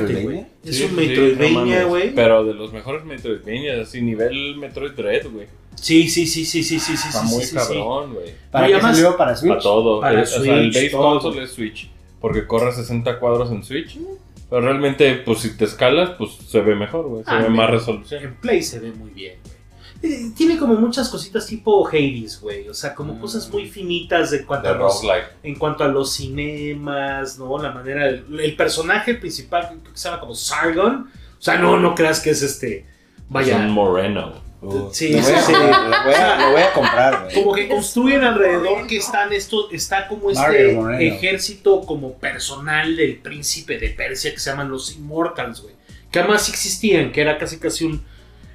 A: ¿Es
D: güey.
A: Metroidvania?
D: Es
B: Sí, pues
D: un
B: sí, no
D: Metroidvania,
B: mames.
D: güey.
B: Pero de los mejores Metroidvanias, así nivel Metroid Dread, güey.
D: Sí, sí, sí, sí, sí, sí, sí,
B: Está
D: sí,
B: muy
D: sí, sí,
B: cabrón, güey.
A: ¿Para
D: Oye,
A: qué
D: además-
A: salió? ¿Para Switch?
B: Para todo.
D: Para
B: Eh, o sea, el
D: Switch,
B: base
D: todo.
B: console es Switch. Porque corre 60 cuadros en Switch. Pero realmente, pues si te escalas, pues se ve mejor, güey. Se
D: Ah,
B: ve
D: mira.
B: más
D: sí.
B: resolución.
D: En Play se ve muy bien, güey. Eh, Tiene como muchas cositas tipo Hades, güey. O sea, como
B: Mm.
D: cosas muy finitas en cuanto,
B: De
D: a los,
B: roguelike.
D: en cuanto a los cinemas, ¿no? La manera. El, el personaje principal, creo que se llama como Sargon. O sea, no, no creas que es este. Vaya.
B: Es un Moreno.
A: Uh,
D: Sí,
A: lo voy, a,
D: sí.
A: sí, lo, voy a, lo voy a comprar, güey.
D: como que construyen alrededor que están estos, está como este
A: Mario Moreno.
D: ejército como personal del príncipe de Persia que se llaman los Immortals, güey. Que además sí existían, que era casi casi un,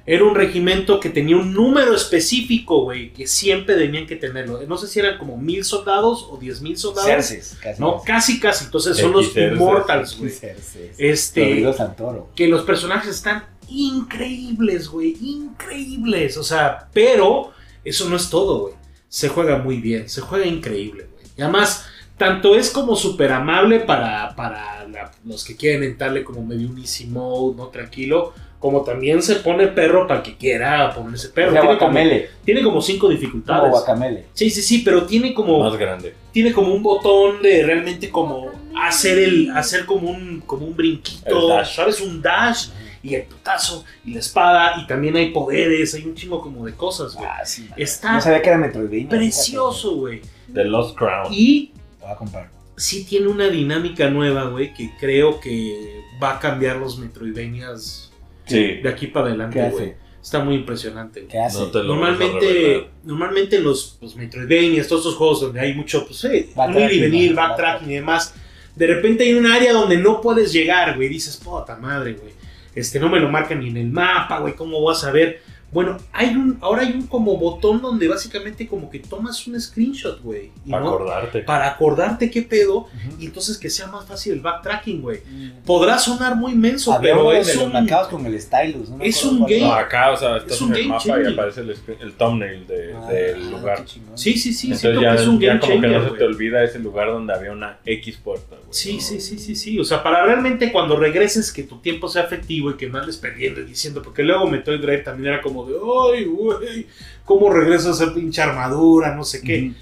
D: era un regimiento que tenía un número específico, güey, que siempre tenían que tenerlo. No sé si eran como mil soldados o diez mil soldados.
A: Cerces, casi.
D: No, casi casi, entonces son los
B: Cerces.
D: Immortals, güey.
A: Cerces.
D: Este,
A: Rodrigo Santoro.
D: que los personajes están increíbles, güey, increíbles. O sea, pero eso no es todo, güey. Se juega muy bien, se juega increíble, güey. Y además, tanto es como súper amable para, para la- los que quieren entrarle como medio un easy mode, ¿no? Tranquilo. Como también se pone perro para que quiera ponerse perro.
A: O sea,
D: Tiene como,
A: guacamele.
D: tiene como cinco
A: Como
D: dificultades.
A: guacamele.
D: sí, sí, sí, pero tiene como
B: Más grande.
D: tiene como un botón de realmente como hacer el hacer como un como un brinquito,
B: El dash.
D: ¿sabes? Un dash y el putazo y la espada y también hay poderes, hay un chingo como de cosas, güey.
A: Ah, sí.
D: Está
A: No sabía que era Metroidvania. fíjate.
D: precioso, güey.
B: The Lost Crown.
D: Y
A: Lo voy a comprar.
D: sí tiene una dinámica nueva, güey, que creo que va a cambiar los Metroidvanias
B: Sí.
D: de aquí para
A: ¿Qué
D: adelante, güey.
A: hace?
D: Está muy impresionante, güey.
A: ¿Qué hace?
B: No te lo vas a revelar.
D: Normalmente, normalmente los pues, Metroidvanias, todos esos juegos donde hay mucho, pues, eh,
A: Backtracking,
D: un ir y venir,
A: ajá,
D: backtracking y demás, de repente hay un área donde no puedes llegar, güey, dices, puta madre, güey, este, no me lo marcan ni en el mapa, güey, ¿cómo voy a saber? Bueno, hay un, ahora hay un como botón donde básicamente como que tomas un screenshot, güey, y
B: Para
D: no-
B: acordarte.
D: para acordarte qué pedo
A: Ujú.
D: y entonces que sea más fácil el backtracking, güey. Podrá sonar muy menso,
A: Había
D: pero
A: uno de
D: es
A: los
D: un...
A: macaos con el stylus. no me
D: es
A: acuerdo
D: un
A: cuál
B: No,
A: era.
B: acá, o sea, estás
D: Es un
B: en el
D: game
B: mapa
D: changer.
B: y aparece el, screen- el thumbnail de-
A: Ah,
B: del
A: ah,
B: lugar.
A: qué chingón.
D: Sí, sí, sí, siento
B: Entonces ya,
D: que es un
B: ya
D: game
B: como que
D: changer,
B: no se
D: güey.
B: te olvida ese lugar donde había una X puerta, güey.
D: Sí, sí, sí, sí, sí. O sea, para realmente cuando regreses que tu tiempo sea efectivo y que no andes perdiendo y diciendo, porque luego Metroid Dread también era como de, ay, güey, ¿cómo regreso a hacer pinche armadura? No sé qué.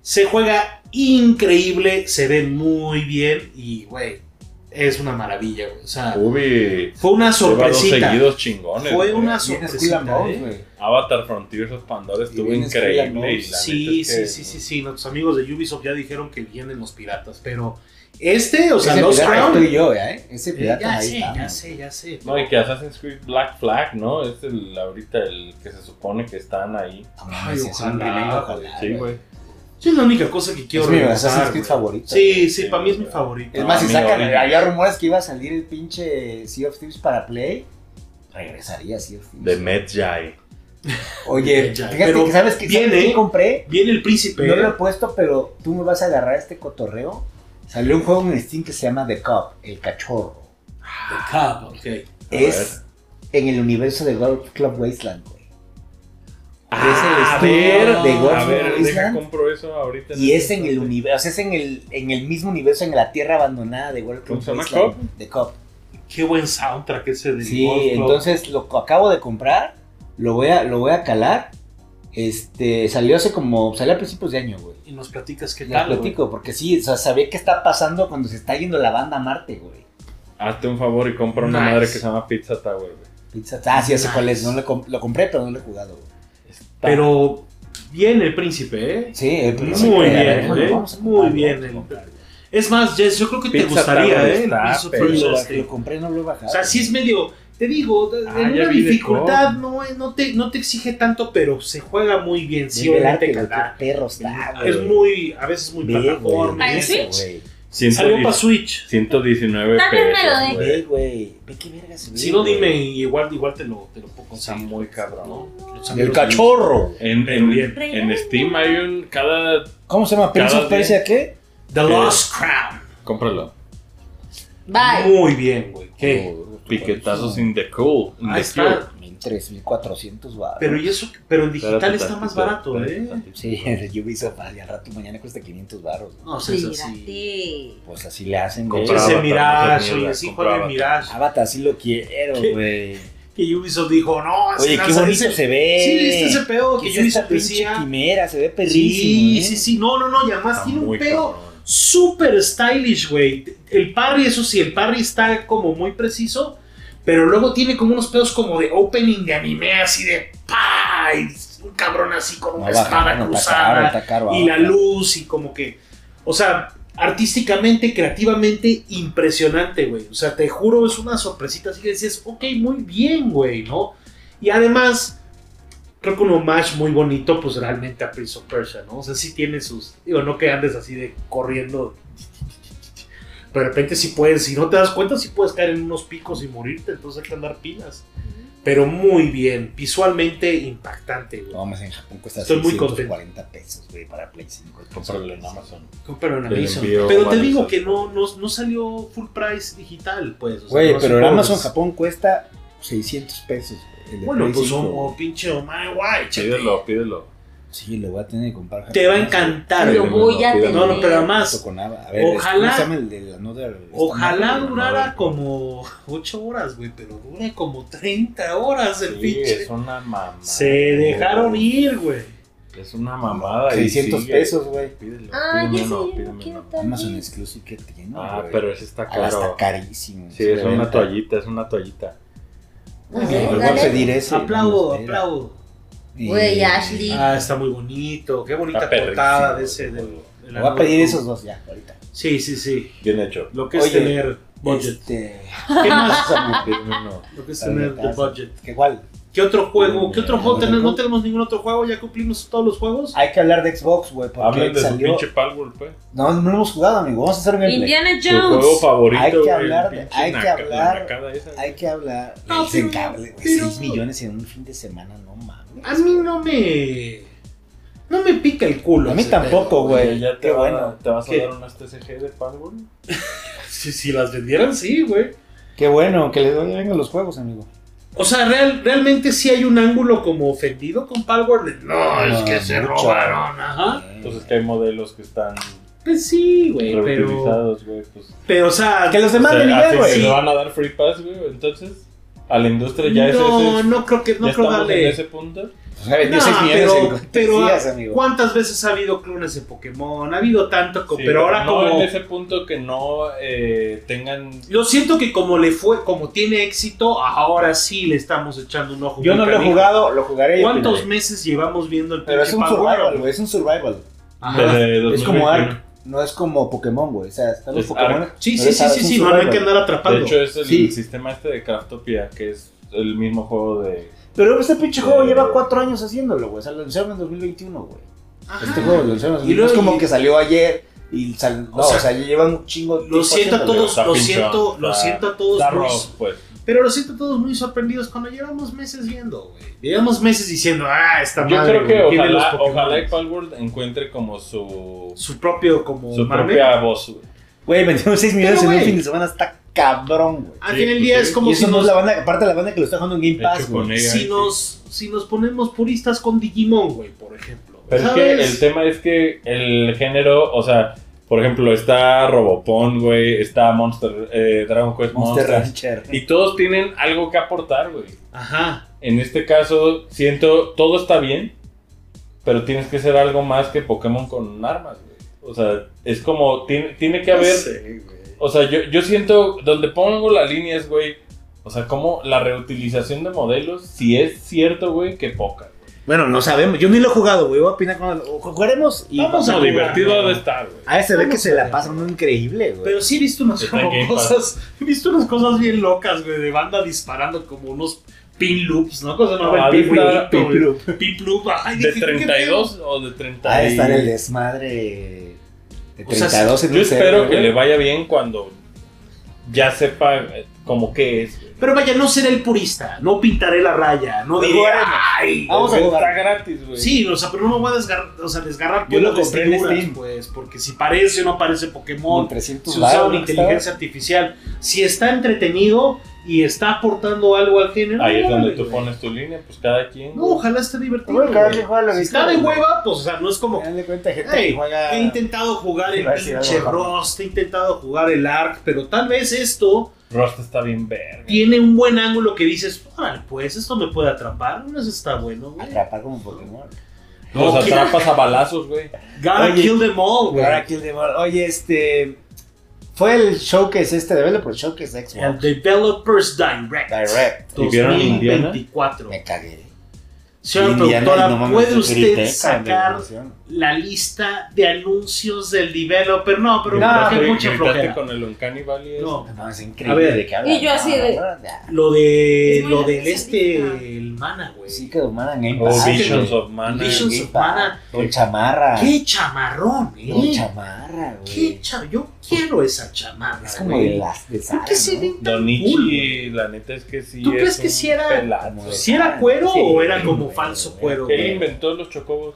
D: Se juega increíble, se ve muy bien y, güey, es una maravilla, güey. O sea,
B: Ubi
D: fue
B: lleva
D: una
B: dos
D: sorpresita.
B: seguidos chingones.
D: Fue
B: güey.
D: una
A: Bien Skull and
D: sorpresita,
A: Bones,
D: ¿eh?
A: güey.
B: Avatar Frontiers of Pandora
A: Y
B: estuvo
A: bien
B: increíble.
A: Skull and
B: y
A: Bones.
B: la
D: Sí,
B: neta
D: sí,
B: es que-
D: sí, sí, sí. Nuestros amigos de Ubisoft ya dijeron que vienen los piratas, pero este, o sea,
A: Ese
D: Lost
A: pirata
D: Crown.
A: estoy yo, ¿eh? Ese
D: Eh,
A: pirata
D: Ya
A: ahí
D: sé,
A: está,
D: ya
A: ¿no?
D: sé, ya sé.
B: No, y que Assassin's Creed Black Flag, ¿no? Es el, ahorita el que se supone que están ahí.
A: No mames,
D: Ay,
A: es un
D: ojalá,
A: remake, ojalá,
B: Sí, güey.
D: Sí, es la única cosa que quiero
A: Es mi
D: regresar,
A: Assassin's Creed
D: güey.
A: favorito.
D: Sí, sí,
B: Sí,
D: para mí es mi
B: güey.
D: favorito. Ah,
A: Es más, si
B: amigo,
A: sacan,
B: venga.
A: había rumores que iba a salir el pinche Sea of Thieves para Play, regresaría Sea of Thieves.
B: De Medjay.
A: Oye,
D: Ya,
A: fíjate
D: pero
A: que sabes que
D: viene-
A: ¿sabes qué compré,
D: Viene el príncipe.
A: no lo he puesto, pero tú me vas a agarrar este cotorreo Salió un juego en Steam que se llama The Cup, el cachorro.
D: Ah, ok.
A: Es en el universo de Golf Club Wasteland, güey.
B: Ah,
A: es el estudio
B: a ver,
A: de Golf
B: A ver,
A: Club
B: deja,
A: Wasteland.
B: compro eso ahorita.
A: Y es en el
B: instante.
A: universo, o sea, es en el, en el mismo universo, en la tierra abandonada de Golf Club
B: ¿Cómo se llama?
A: Wasteland. The Cup.
D: Qué buen soundtrack ese de
A: Sí, entonces lo que acabo de comprar, lo voy a, lo voy a calar. Este, salió hace como, salió a principios de año, güey.
D: Y nos platicas qué
A: Les
D: tal. güey.
A: platico, porque sí, o sea, sabía qué está pasando cuando se está yendo la banda a Marte, güey.
B: Hazte un favor y compra una
D: Nice.
B: madre que se llama Pizza Tower, güey.
A: Pizza, ah, sí, hace
D: Nice.
A: cuál es, no lo, comp- lo compré, pero no lo he jugado, güey.
D: Pero bien el príncipe, ¿eh?
A: Sí, eh, pero
D: Muy
A: sí,
D: bien,
A: a ver, bueno,
D: ¿eh?
A: vamos a
D: Muy
A: comprarlo,
D: bien.
A: vamos a
D: el-
A: comprarlo.
D: Es más, Jess, yo creo que te
B: Pizza Tower
D: gustaría, ¿eh?
B: está,
D: Piso
B: pero-
A: Sí,
D: First,
A: lo,
D: este.
A: lo compré, no lo he bajado.
D: O sea, sí es medio, te digo, de-
B: Ah,
D: en
B: ya
D: una
B: vi de
D: dificultad no, eh, no, te, no te exige tanto, pero se juega muy bien. Sí, obviamente, cada-
A: perro está, güey.
D: es muy, a veces muy
A: Ve, güey,
D: plataforma. ¿eh?
F: ¿Para
D: y
F: el
A: ve
D: eso.
A: eso,
F: Switch?
A: güey.
D: Salió
B: 119
D: para Switch.
F: Tal vez me lo
B: pesos,
F: dé.
A: Ve,
B: güey.
A: güey. Ve qué verga se ve,
D: Si no,
A: güey.
D: dime, y igual, igual te lo, te lo puedo
B: Está
D: conseguir.
B: muy cabrón.
D: ¿no? Los
A: El
D: amigos
A: cachorro.
B: En,
D: Pero
B: en-
D: bien.
B: en Steam hay un... Cada...
A: ¿Cómo se llama? ¿Prince
B: Cada
A: of Persia qué?
D: de- The Lost Crown.
B: Cómpralo.
F: Bye.
D: Muy bien, güey. ¿Qué?
A: Oh,
B: Piquetazos in the cool. in
D: Ahí
B: the
D: Ah, está.
A: 3.400 baros.
D: Pero, y eso, pero en digital
B: Espérate
D: está
B: tantito,
D: más barato,
B: espérate
D: ¿eh?
B: tantito.
A: Sí, el Ubisoft ah, y al rato mañana cuesta 500 baros.
D: No, o sea, es así.
F: Fíjate.
A: Pues así le hacen, güey.
B: Compraba
D: Ese
B: Avatar, no
D: Mirage,
B: tenía
D: oye,
B: idea,
D: sí
B: compraba
D: juega el
B: Avatar.
D: Mirage.
A: Avatar sí lo quiero,
D: ¿Qué?
A: güey.
D: Que Ubisoft dijo, no,
A: Oye, qué
D: lanza-
A: bonito se ve.
D: Sí, este viste ese pedo
A: ¿Qué
D: que
A: es
D: yo hice
A: Eh, esta pinche quimera? Se ve
D: Sí,
A: perrísimo. ¿eh?
D: sí, sí. No, no, no. Y además
B: Está
D: tiene un
B: muy
D: pedo
B: cabrón.
D: súper stylish, güey. El parry, eso sí, el parry está como muy preciso. Pero luego tiene como unos pedos como de opening de anime, así de pa Y Un cabrón así con
A: No
D: una
A: baja,
D: espada
A: no, está caro,
D: cruzada.
A: está caro,
D: y la
A: Avatar.
D: luz, y como que. O sea, artísticamente, creativamente, impresionante, güey. O sea, te juro, es una sorpresita. Así que decías, ok, muy bien, güey, ¿no? Y además, creo que un homage muy bonito, pues realmente a Prince of Persia, ¿no? O sea, sí tiene sus. Digo, no que andes así de corriendo. De repente, si puedes, si no te das cuenta, si puedes caer en unos picos y morirte, entonces hay que andar pilas. Pero muy bien, visualmente impactante, güey.
A: No, más en Japón cuesta
D: Estoy muy
A: 640 pesos, güey, para Play 5.
B: Cómpralo en Amazon.
D: Cómpralo en
B: Te
D: Amazon.
B: envío
D: Pero te
B: varios
D: digo
B: al-
D: que no, no, no salió full price digital, pues. o sea,
A: Güey,
D: no
A: pero en
D: supongo.
A: Amazon Japón cuesta 600 pesos. güey, el de
D: Bueno,
A: Play
D: pues
A: 5,
D: como
A: güey.
D: pinche oh my guay, chate.
B: Pídelo, pídelo.
A: Sí, lo voy a tener que comprar.
D: Te va a
A: japonés,
D: encantar.
F: Lo
D: güey.
F: voy a
B: Pídelo.
D: No,
F: tener.
D: no, pero además,
A: junto con Ava. A ver,
D: Ojalá-
A: ¿cómo se llama el de la no de- esta
D: Ojalá
A: madre, güey?
D: durara como 8 horas, güey, pero dura como 30 horas el
B: Sí,
D: pinche.
B: es una mamada.
D: Se dejaron ir, güey.
B: Es una mamada. y
A: 600
B: sigue.
A: pesos, güey.
B: Pídelo.
F: Ay,
B: pídeme
F: ese
B: uno,
F: yo Ah, no
B: pídeme
F: quiero
B: uno.
F: también.
A: Amazon Exclusive que tiene.
B: Ah,
A: güey.
B: pero ese está
A: Ah, está
B: caro.
A: carísimo.
B: Sí, es
A: Se
B: una
A: venta.
B: toallita, es una toallita.
D: eh,
F: Ok,
A: Yo voy a
F: dale.
A: pedir ese.
D: aplaudo,
A: vamos, espera.
D: aplaudo.
A: Eh,
F: Güey, Ashley.
D: Ah, está muy bonito. Qué bonita
B: Está perrísimo,
D: portada de
B: güey.
D: ese. del- de
A: Le
D: la
A: voy a
D: nueva
A: pedir
D: Doom.
A: esos dos ya, ahorita.
D: Sí, sí, sí.
B: Bien hecho.
D: Lo que es
A: Oye,
D: tener budget.
A: Este.
D: ¿Qué más?
B: Pídeme uno.
D: Lo que es tener the budget.
A: Que igual,
D: ¿Qué otro juego? ¿Qué otro
A: Mm,
D: juego
A: ¿no
D: tenemos? ¿No
A: tengo?
D: tenemos ningún otro juego? ¿Ya cumplimos todos los juegos?
A: hay que hablar de Xbox, güey,
B: Hablen
A: porque
B: de su
A: salió.
B: pinche Palworld, pues.
A: No, no lo hemos jugado, amigo. Vamos a hacer un gameplay.
F: Indiana
B: Tu juego
F: Jones.
B: favorito,
A: Hay que
B: güey,
A: hablar de-
B: pinche
A: hay que
B: naca-
A: hablar-
B: la nacada esa, güey.
A: Hay que hablar.
D: No,
A: es
D: pero-
A: en cable, güey.
D: pero-
A: 6 millones en un fin de semana, no mames.
D: A mí no me. No me pica el culo.
A: A mí
D: ese
A: tampoco,
D: pedo.
A: güey.
B: Ya te,
A: Qué
B: va-
A: bueno.
B: te vas a
D: ¿Qué? Mm.
B: dar unas TCG de Palworld.
D: Si, si las vendieran, sí, güey.
A: Qué bueno, que les vengan los juegos, amigo.
D: O sea, real- realmente sí hay un ángulo como ofendido con Palworld. No, es que se
A: mucho.
D: robaron, ajá.
A: Eh,
B: Entonces que hay modelos que están
D: Pues sí, güey, pero.
B: reutilizados, güey. Pues,
D: Pero, o sea.
A: Que los demás
B: o sea,
A: de
B: ¿a ti
A: nivel,
B: se
A: güey.
B: le van a dar free pass, güey. Entonces, a la industria ya es
D: no,
B: ese.
D: no creo que. No
B: ya
D: creo
B: estamos en
D: darle.
B: ese punto.
A: Pues ha vendido
D: No,
A: 6 millones
D: pero-
A: en cuatro
D: pero-
A: días, amigo.
D: ¿Cuántas veces ha habido clones de Pokémon? Ha habido tanto, co-
B: Sí,
D: pero ahora
B: no
D: como.
B: en ese punto que no eh, tengan.
D: Yo siento que como le fue, como tiene éxito, ahora sí le estamos echando un ojo.
A: Yo
D: muy
A: no lo he
D: canijo.
A: jugado, lo jugaré. yo
D: ¿Cuántos
A: primero.
D: meses llevamos viendo el
A: Pero es
D: pinche
A: un
D: Power
A: survival,
D: Up?
A: güey. Es un survival.
D: Ajá.
B: desde
A: Es como
B: 2021.
A: Ark. No es como Pokémon, güey. O sea, están los
B: Es
A: Pokémon.
B: Ark.
D: Sí,
A: pero
D: sí,
A: es
D: sí,
A: Ark,
D: sí,
A: es un
D: sí, no no hay
A: survival.
D: que andar
B: De
D: atrapando.
B: hecho, es el
A: Sí.
B: sistema este de Craftopia, que es el mismo juego de.
A: Pero este pinche juego lleva cuatro años haciéndolo, güey. O sea, lo lanzaron en 2021, güey.
D: Ajá.
A: Este juego lo lanzaron en
D: Ah. Y
A: 2021.
D: luego-
A: Es como que salió ayer y sal... No, o sea,
D: sea,
A: llevan un chingo de
D: Lo
A: tiempo
D: siento a
A: haciéndolo.
D: todos,
B: Está
D: lo
B: pinchón,
D: siento,
B: está-
D: lo siento a todos,
B: Está
D: muy-
B: rough, pues.
D: pero lo siento a todos muy sorprendidos cuando llevamos meses viendo, güey. Llevamos meses diciendo, ah, esta
B: Yo
D: madre,
B: creo que
D: güey, tiene los
B: ojalá,
D: Pokémon.
B: ojalá y Palworld encuentre como su.
D: su propio como
B: Su
D: mame.
B: propia voz, güey.
A: Güey, vendieron 6 millones
D: Pero,
A: en un
D: güey.
A: fin de semana, está cabrón, güey.
D: Al
B: Sí,
D: fin del
B: pues,
D: día
B: sí.
D: es
A: Y
D: como
A: eso no
D: si
A: es
D: nos,
A: la banda, aparte la banda que lo está jugando en Game
B: Hecho
A: Pass,
B: con
A: güey.
B: él.
D: si, nos, si nos ponemos puristas con Digimon, güey, por ejemplo. güey,
B: Pero es que
D: ¿sabes?
B: el tema es que el género, o sea, por ejemplo, está Robopon, güey, está Monster, eh, Dragon Quest
A: Monster
B: Monster.
A: Rancher.
B: Y todos tienen algo que aportar, güey.
D: Ajá.
B: En este caso, siento, todo está bien, pero tienes que ser algo más que Pokémon con armas, güey. O sea, es como, tiene, tiene que haber... O sea, yo, yo siento, donde pongo las líneas, güey, o sea, como la reutilización de modelos, si es cierto, güey, que poca.
A: Bueno, no sabemos. Yo ni lo he jugado, güey. Voy a opinar cuando lo- jugaremos y
D: Vamos a
B: No,
D: jugar.
B: divertido de estar, güey.
A: A ese ve que
D: Vamos
A: se
D: a
A: la
D: ver.
A: pasa uno increíble, güey.
D: Pero sí he visto unas
B: Está en
D: como
B: Game Pass.
D: cosas. He visto unas cosas bien locas, güey, de banda disparando como unos pin loops, ¿no? Cosa no,
B: Ah,
D: el pin
B: está-
D: loop,
A: Pip,
D: güey.
A: lup.
D: Pin loop. Ay,
B: De
D: dije, ¿qué
B: 32 o de 30.
A: Ha de estar Ah, el
B: y-
A: desmadre de
D: O sea,
A: 32 en
B: Yo
A: un
B: espero
A: server,
B: que
A: güey.
B: le vaya bien cuando ya sepa eh, como qué es. güey.
D: Pero vaya, no seré el purista, no pintaré la raya, no
A: Lo
D: diré,
A: jugaremos.
D: ay,
A: Vamos a
B: Porque
A: jugar.
B: Está gratis, Ah, güey.
D: Sí, o sea, pero no me voy a desgarrar, o sea, desgarrar
A: Yo
D: pues,
A: lo
D: las
A: compré en
D: vestiduras,
A: Steam.
D: pues, porque si parece o no parece Pokémon,
A: Como 300
D: si usa
A: baros,
D: una
A: ¿no?
D: inteligencia artificial, si está entretenido y está aportando algo al género.
B: Ahí es donde
D: órale,
B: tú
D: güey.
B: pones tu línea, pues cada quien.
D: No, ojalá esté divertido.
A: Bueno, cada quien
D: güey.
A: juega lo que
D: si está
A: quiere,
D: de
A: güey.
D: hueva, pues, o sea, no es como.
A: Al final de cuentas, gente
D: "Hey,
A: que juega...
D: he intentado jugar el
A: Iba a decir
D: pinche
A: algo, ajá.
D: Rust, he intentado jugar el Ark, pero tal vez esto
B: Rust está bien verga.
D: tiene un buen ángulo que dices, órale, pues esto me puede atrapar, no eso está bueno, güey.
A: Atrapar como Pokémon.
B: Los
D: No,
B: atrapas a balazos, güey.
D: Gotta
A: Oye,
D: kill them all, güey.
A: Ahora Kill Them All. Oye, este... Fue el showcase este, developer showcase de
D: El
A: Xbox.
D: Developers Direct.
A: Direct. Eh,
B: ¿Y vieron Indiana?
D: 2024.
A: Me cagué.
D: Señora
A: Indiana,
D: productora,
A: no mames,
D: ¿puede usted
A: grité, cabrón, de
D: sacar
A: emoción.
D: la lista de anuncios del developer? No, pero me
A: No,
D: traje
B: Gritaste-
D: mucha
B: gritaste
D: flojera.
B: con el Uncanny Valley.
D: No.
A: No mames, increíble
D: A ver,
A: de qué hablan.
F: y yo así
A: No,
F: de-
A: no, ya.
D: Lo de
E: Es muy
D: lo del este
E: representativa.
D: el mana, güey.
A: Pues Sí que humana en Game
B: O
A: Pass.
D: Ah,
B: Oh, Visions
A: güey.
B: of Mana.
D: Visions
A: Game
D: of
A: Pass.
D: Mana.
A: Con chamarra.
D: Qué chamarrón, eh.
A: Con chamarra,
D: Qué
A: güey.
D: cha- yo quiero esa chamarra.
A: Es como
D: güey.
A: de las de Sara,
D: ¿Por qué se
A: ¿no?
D: ven tan cool, güey?
B: Donichi, la neta es que sí.
D: ¿Tú
B: es
D: crees que
B: un
D: sí era-
B: pelazo.
A: Como-
D: ¿Si era cuero
A: Sí,
D: o era como
A: güey,
D: falso
A: güey.
D: cuero?
B: Él
D: güey?
B: inventó los chocobos.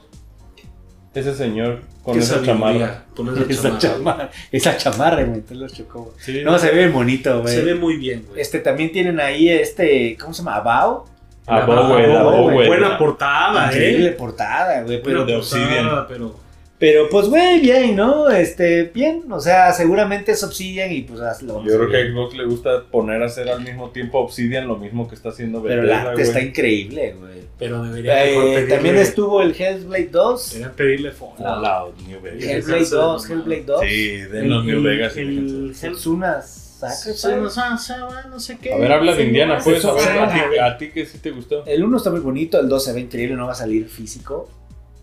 B: Ese señor con
D: Qué
B: esa
D: sabiduría,
B: chamarra.
D: Con esa
A: Esa
D: chamarra. güey.
A: chamarra, esa chamarra, güey, te los chocó.
B: Sí.
A: No, se ve bonito, güey.
D: Se ve muy bien, güey.
A: Este, también tienen ahí este, ¿cómo se llama? Abao.
B: A
D: La
B: Bowen,
D: Ah, Bowen,
B: a
A: Bowen.
B: Bowen.
D: Buena portada,
A: Increíble
D: eh.
A: portada, güey. Pero,
D: Buena
B: de
D: portada,
B: Obsidian.
D: Pero
A: pero, pues, güey, bien, ¿no? Este, bien. O sea, seguramente es Obsidian y pues hazlo.
B: Yo creo que a Xbox le gusta poner a hacer al mismo tiempo Obsidian lo mismo que está haciendo
A: Pero
B: Bethesda,
A: la arte
B: güey.
A: está increíble, güey.
D: Pero debería mejor
A: Eh,
D: pedirle-
A: también estuvo el Hellblade 2.
D: Deberían pedirle fondo.
B: Fallout, New Vegas.
A: Hellblade 2,
D: Sí,
A: Hellblade 2.
B: Sí, denos New Vegas. y déjense.
D: El
A: Setsuna Sacrifice.
D: Hellsuna, no sé qué.
B: A ver, habla de Indiana, pues. A ver, a ti,
A: Setsuna.
B: a ti que sí te gustó.
A: El 1 está muy bonito, el 2 se ve increíble, no va a salir físico.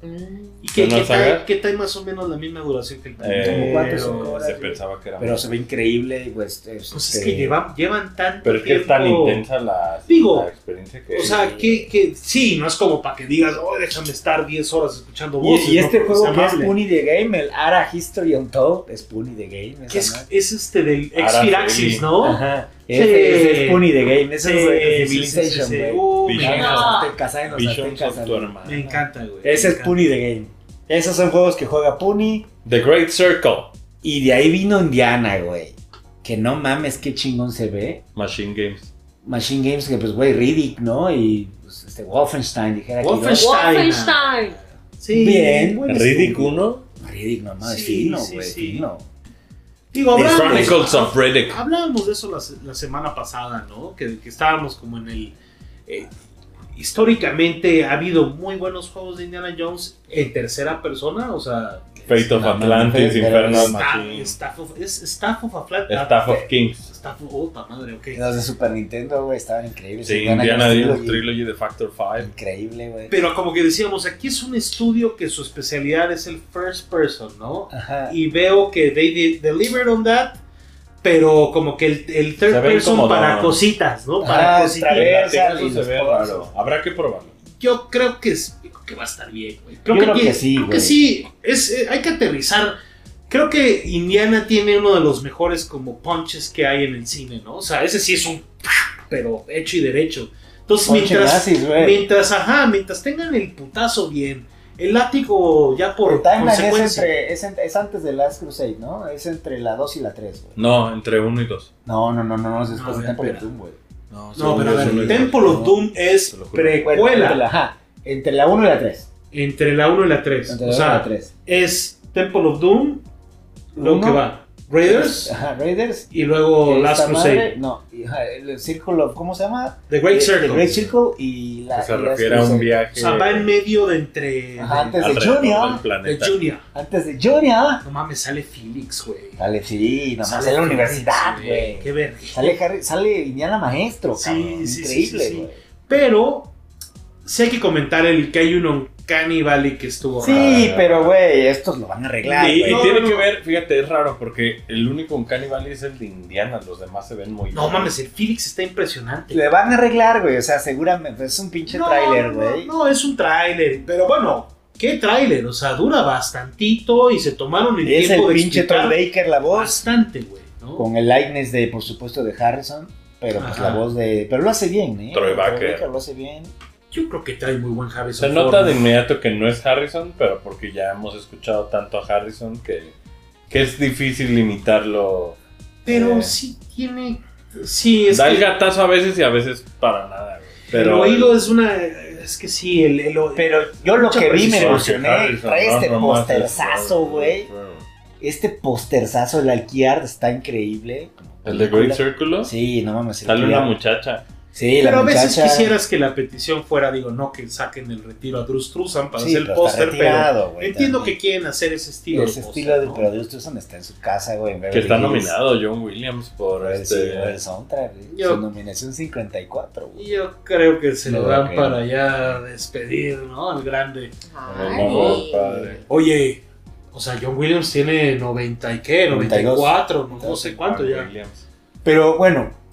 F: Mm.
D: ¿Y qué,
B: ¿No
D: qué
B: nos
D: trae,
B: hagas?
D: qué trae más o menos la misma duración que el
B: Eh,
A: cuatro,
D: pero-
A: cinco horas.
B: se pensaba que era
A: Pero
B: más.
A: se ve increíble, pues. Pues
D: Pues es que llevan, llevan tanto
B: Pero es que es tan
D: tiempo.
B: intensa la,
D: Digo,
B: la experiencia que.
D: O sea, que, que sí, no es como para que digas, oh, déjame estar 10 horas escuchando
A: Y,
D: voces.
A: y este
D: ¿no? Porque
A: juego
D: es
A: que es
D: amable.
A: Puni the Game, el Ara History Untold, es Puni the Game. esa
D: Que es,
A: madre.
D: es este del
B: Araceli.
D: Expiraxis, ¿no?
A: Ajá.
D: Sí.
A: Este es, es Puni the Game, ese
D: Sí,
A: es de
D: sí, sí,
A: Civilization,
D: sí, sí.
A: güey.
D: Uh, me,
B: Vision.
A: Cazar en
B: No.
E: Ah. Ah.
A: los azte- cazar en los
B: Visions
A: aztecas,
B: of tu
A: güey.
B: hermana.
D: me encanta, güey.
A: Ese
D: me
A: es
D: encanta.
A: Puni the Game. Esos son juegos que juega Puni.
B: The Great Circle.
A: Y de ahí vino Indiana, güey. Que no mames, qué chingón se ve.
B: Machine Games.
A: Machine Games, que pues, güey, Riddick, ¿no? Y pues, este, Wolfenstein, dijera que.
D: Wolfenstein.
F: Wolfenstein.
D: Sí.
A: Bien, güey.
B: Riddick 1.
A: Riddick, no mames,
D: Sí,
A: fino,
D: sí,
A: güey,
D: sí.
A: fino.
D: Digo, hablamos,
B: Chronicles of Riddick.
D: ah, hablábamos de eso la, se- la semana pasada, ¿no? Que, que estábamos como en el... eh, históricamente ha habido muy buenos juegos de Indiana Jones en tercera persona, o sea...
B: Fate of
D: ah,
A: No, no,
B: Atlantis,
A: no,
B: Inferno
A: no,
D: Staff,
B: Machine.
D: Staff of, es Staff of a Flat
B: Staff of Kings.
D: Staff of... Oh, pa' madre, ok.
A: Los de Super Nintendo, güey, estaban increíbles.
B: Sí, Indiana
A: Jones
B: Jones
A: Trilogy,
B: Trilogy de Factor 5.
A: Increíble, güey.
D: Pero como que decíamos, aquí es un estudio que su especialidad es el first person, ¿no?
A: Ajá.
D: Y veo que they de- delivered on that, pero como que el, el
B: Se
D: third
B: ven
D: person
B: como
D: para
B: don-
D: cositas, ¿no?
A: Ah,
D: Para
A: A
D: cositas.
A: ver,
B: Eso
A: salen
B: se
A: los
B: ve
A: pozos.
B: raro. Habrá que probarlo.
D: Yo creo que, es- yo creo que va a estar bien, güey. Creo,
A: Yo creo que
D: bien-
A: sí,
D: Creo
A: güey.
D: que sí. Es, eh, hay que aterrizar. Creo que Indiana tiene uno de los mejores como punches que hay en el cine, ¿no? O sea, ese sí es un... pero hecho y derecho. Entonces,
A: Ponche
D: mientras...
A: nazis, güey.
D: Mientras, ajá, mientras tengan el putazo bien El látigo ya por
A: El timeline es,
D: consecuencia.
A: entre, es, en- es antes de Last Crusade, ¿no? Es entre la 2 y la 3, güey.
B: No, entre 1 y 2.
A: No, no, no, no, no, es
D: No,
A: después
D: a
A: de
D: ver,
A: Temple of
D: espera.
A: Doom, güey.
D: No,
B: Son
D: pero a
B: dos,
D: ver,
B: son dos.
D: Temple of Doom es
B: Te lo juro.
A: Bueno, entre
D: precuela
A: la- ajá, entre la 1 y la 3.
D: entre la 1 y la 3.
A: Entre
D: O
A: la 1 y la
D: sea,
A: 3.
D: es Temple of Doom, lo
A: Uno.
D: que va. Raiders
A: Ajá, Raiders.
D: y luego
A: esta
D: Last
A: madre-
D: Crusade.
A: no, y, ajá, el Circle of, ¿cómo se llama?
D: The Great
A: Eh,
D: Circle.
A: The Great Circle y la.
B: Que se
A: y Last
B: refiere a un
A: Crusade.
D: O
B: viaje
D: sea, va en medio de entre.
A: Ajá,
D: de,
A: antes de
B: alrededor
A: Junior.
B: del
D: de
B: planeta.
D: Junior.
A: Antes de Junior.
D: No mames, sale Felix, güey.
A: Sale, sí, nomás
D: Sale
A: sale en la
D: Felix,
A: universidad, güey.
D: Qué verga.
A: Sale, Harry- sale Indiana Maestro,
D: Sí,
A: cabrón.
D: sí, sí,
A: Increíble,
D: sí, sí.
A: güey.
D: Pero sí hay que comentar el que hay un Valley que estuvo
A: Sí,
D: raro.
A: pero güey, estos lo van a arreglar.
B: y, y
A: güey.
D: no,
B: tiene
D: no,
B: que
D: no.
B: ver, fíjate, es raro porque el único un Valley es el de Indiana, los demás se ven muy
D: No mames, el Felix está impresionante.
A: Le van a arreglar, güey. O sea, seguramente es un pinche
D: No,
A: tráiler,
D: no,
A: güey.
D: No, es un tráiler, pero bueno, ¿qué tráiler? O sea, dura bastantito y se tomaron el
A: es el
D: tiempo de
A: pinche Troy
D: explicar
A: Baker la voz.
D: bastante, güey, ¿no?
A: Con el likeness de, por supuesto, de Harrison. Pero pues
D: Ajá.
A: la voz de. Pero lo hace bien, ¿eh?
B: Troy Baker.
A: lo hace bien.
D: Yo creo que trae muy buen Javi.
B: Se nota de inmediato que no es Harrison, pero porque ya hemos escuchado tanto a Harrison que, que es difícil limitarlo.
D: Pero
B: Eh.
D: sí tiene... Sí, es
B: da
D: que
B: el gatazo a veces y a veces para nada. güey.
D: el
B: Pero
D: oído es una... Es que sí, el... el o-
A: Pero yo lo
D: Mucha
A: que vi me
D: precisión,
A: emocioné. Trae este posterzazo, güey.
B: ¿El
A: Este posterzazo, el Alquiard está increíble.
B: de Great Circle?
A: Sí, no mames. el
B: Sale una
A: Alquiard.
B: muchacha.
A: Sí, la
D: pero a
A: muchacha.
D: veces quisieras que la petición fuera, digo, no que saquen el retiro a Drew Struzan para
A: Sí,
D: hacer el
A: pero está
D: póster, pero
A: retirado, güey,
D: entiendo
A: también.
D: que quieren hacer ese estilo.
A: Ese
D: de póster,
A: estilo de.
D: ¿no?
A: Pero Dios Tucson está en su casa, güey. en
B: Que
A: Beverly
B: está
A: Hills.
B: nominado John Williams por
A: Por el, sí, por
B: este.
A: el soundtrack, güey.
D: Yo-
A: Su nominación 54, güey.
D: Yo creo que se
A: Yo
D: lo
A: creo
D: dan
A: que-
D: para ya despedir, ¿no? Al grande.
B: el
F: Ay.
B: mamón padre.
D: Oye, o sea, John Williams tiene 90 y qué,
A: 92.
D: 94, no, sé cuánto
B: John
D: ya.
B: Williams.
A: Pero bueno,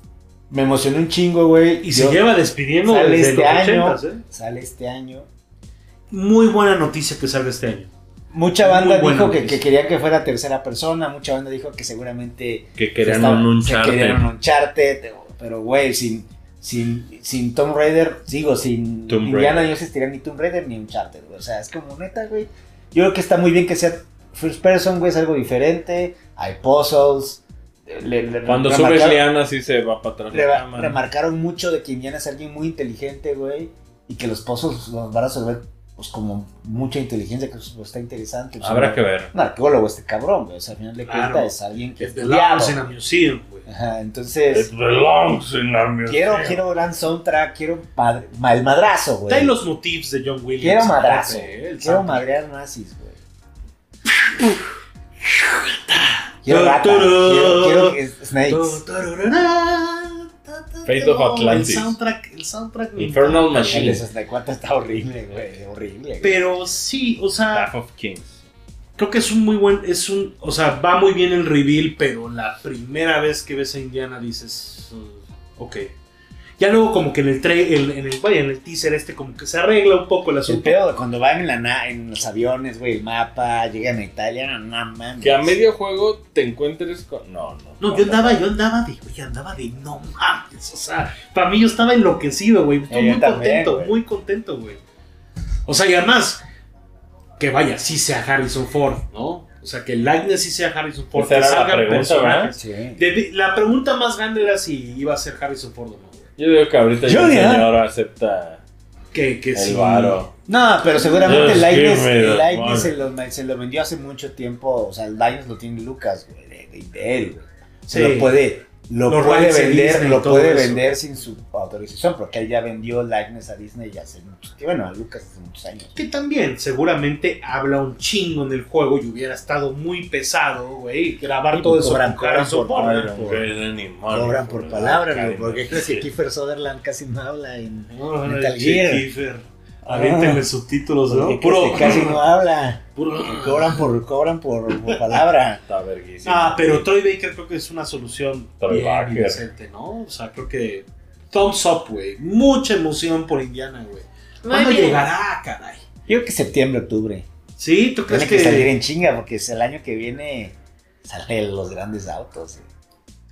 A: me emocioné un chingo, güey.
D: Y se lleva despidiendo
A: sale
D: desde
A: este
D: los
A: año.
D: 80s, ¿eh?
A: Sale este año.
D: Muy buena noticia que salga este año.
A: Mucha
D: Muy
A: banda
D: buena
A: dijo que,
D: noticia.
A: que quería que fuera tercera persona. Mucha banda dijo que seguramente.
B: Que
A: se
B: querían
A: estaba-
B: un
A: se
B: Uncharted.
A: Querían un Uncharted, Pero, güey, sin, sin, sin Tomb Raider, digo, sin
B: Tomb
A: Indiana
B: Raider.
A: Jones estaría ni Tomb Raider ni Uncharted, güey. O sea, es como neta, güey. Yo creo que está muy bien que sea first person, güey, es algo diferente. Hay puzzles. le- le-
B: Cuando
A: remarcaron-
B: subes Liana sí se va para atrás la
A: Reba-
B: cámara.
A: remarcaron mucho de que Indiana es alguien muy inteligente, güey, y que los pozos los va a resolver pues como mucha inteligencia que pues, está interesante. Pues,
B: Habrá
A: un-
B: que ver.
A: Un arqueólogo este cabrón, güey, o sea, al final de
D: Claro.
A: cuentas es alguien que
D: Es The
A: estudiado.
D: Labs in a Museum, güey.
A: Ajá, entonces
B: belongs in a museum.
A: quiero quiero gran soundtrack, quiero padre- ma- el madrazo, güey.
D: Trae los motifs de John Williams.
A: Quiero madrazo.
D: aparte, ¿eh? El
A: Quiero
D: soundtrack.
A: madrear nazis, güey. Quiero ratas,
D: Tarará.
A: quiero, quiero que- snakes.
D: Tararara, ta, ta,
B: Fate of
D: ta, ta.
B: Atlantis.
D: El soundtrack, el soundtrack me
B: Infernal
D: encanta,
A: El de
B: Machine.
A: 64 está horrible, güey, horrible. güey.
D: Pero sí, o sea,
B: Staff of Kings.
D: creo que es un muy buen, es un, o sea, va muy bien el reveal, pero la primera vez que ves a Indiana dices, "Uh, ok. Ya luego como que en el, tra- en, en el, vaya, en el teaser este como que se arregla un poco el
A: El
D: asunto.
A: pedo de cuando van en, la na- en los aviones, güey, el mapa, llegan a Italia, no, no mames.
B: Que a medio juego te encuentres con. No, no.
D: No, yo andaba, yo andaba de, güey, andaba de, no mames, o sea, para mí yo estaba enloquecido, güey, estoy
A: yo
D: muy
A: también,
D: contento,
A: güey.
D: muy contento, güey. O sea, y además, que vaya, sí sea Harrison Ford, ¿no? O sea, que el Agnes sí sea Harrison Ford,
B: Esa
D: que
B: era la
D: salgan
B: pregunta,
D: personajes.
B: ¿verdad?
A: Sí.
D: De- la pregunta más grande era si iba a ser Harrison Ford o no. güey.
B: Yo digo que ahorita ya el
A: Junior.
B: señor acepta
D: Que, que sí.
B: el varo.
A: No, pero seguramente
B: Just
A: el Agnes,
B: give me
A: el
B: the
A: Agnes
B: money.
A: se, lo, se lo vendió hace mucho tiempo, o sea, el Agnes lo tiene Lucas, güey, de, de- de él, güey. Se
D: Sí.
A: lo puede, lo
D: Los
A: puede
D: rights de
A: vender,
D: Disney y
A: lo
D: todo
A: puede
D: eso.
A: vender sin su autorización, porque él ya vendió el Agnes a Disney ya hace mucho tiempo, bueno, a Lucas hace muchos años.
D: Que también seguramente habla un chingo en el juego y hubiera estado muy pesado, güey, grabar
A: Y
D: todo eso
A: cobran-
D: con Harrison
A: cobran por
D: Ford.
A: palabra.
B: Cobran
A: Cobran por palabra, güey, porque es que Kiefer Sutherland casi no habla en...
D: No,
A: Metal
D: el Che
A: Gear. Ah.
D: Kiefer. Aviéntenle subtítulos, ¿no?
A: porque este Ah,
D: Puro.
A: casi- casi no habla,
D: puro-
A: cobran por, cobran por- por palabra.
B: Está verguísima.
D: Ah, pero Troy Baker creo que es una solución
B: Troy
D: bien
B: Baker.
D: decente, ¿no? O sea, creo que thumbs up, güey. Mucha emoción por Indiana, güey. ¿Cuándo
F: bien.
D: llegará, caray?
A: Yo creo que septiembre, octubre.
D: Sí, ¿tú crees
A: Tiene
D: Pues que,
A: que salir en chinga porque es el año que viene sale los grandes autos. eh. güey.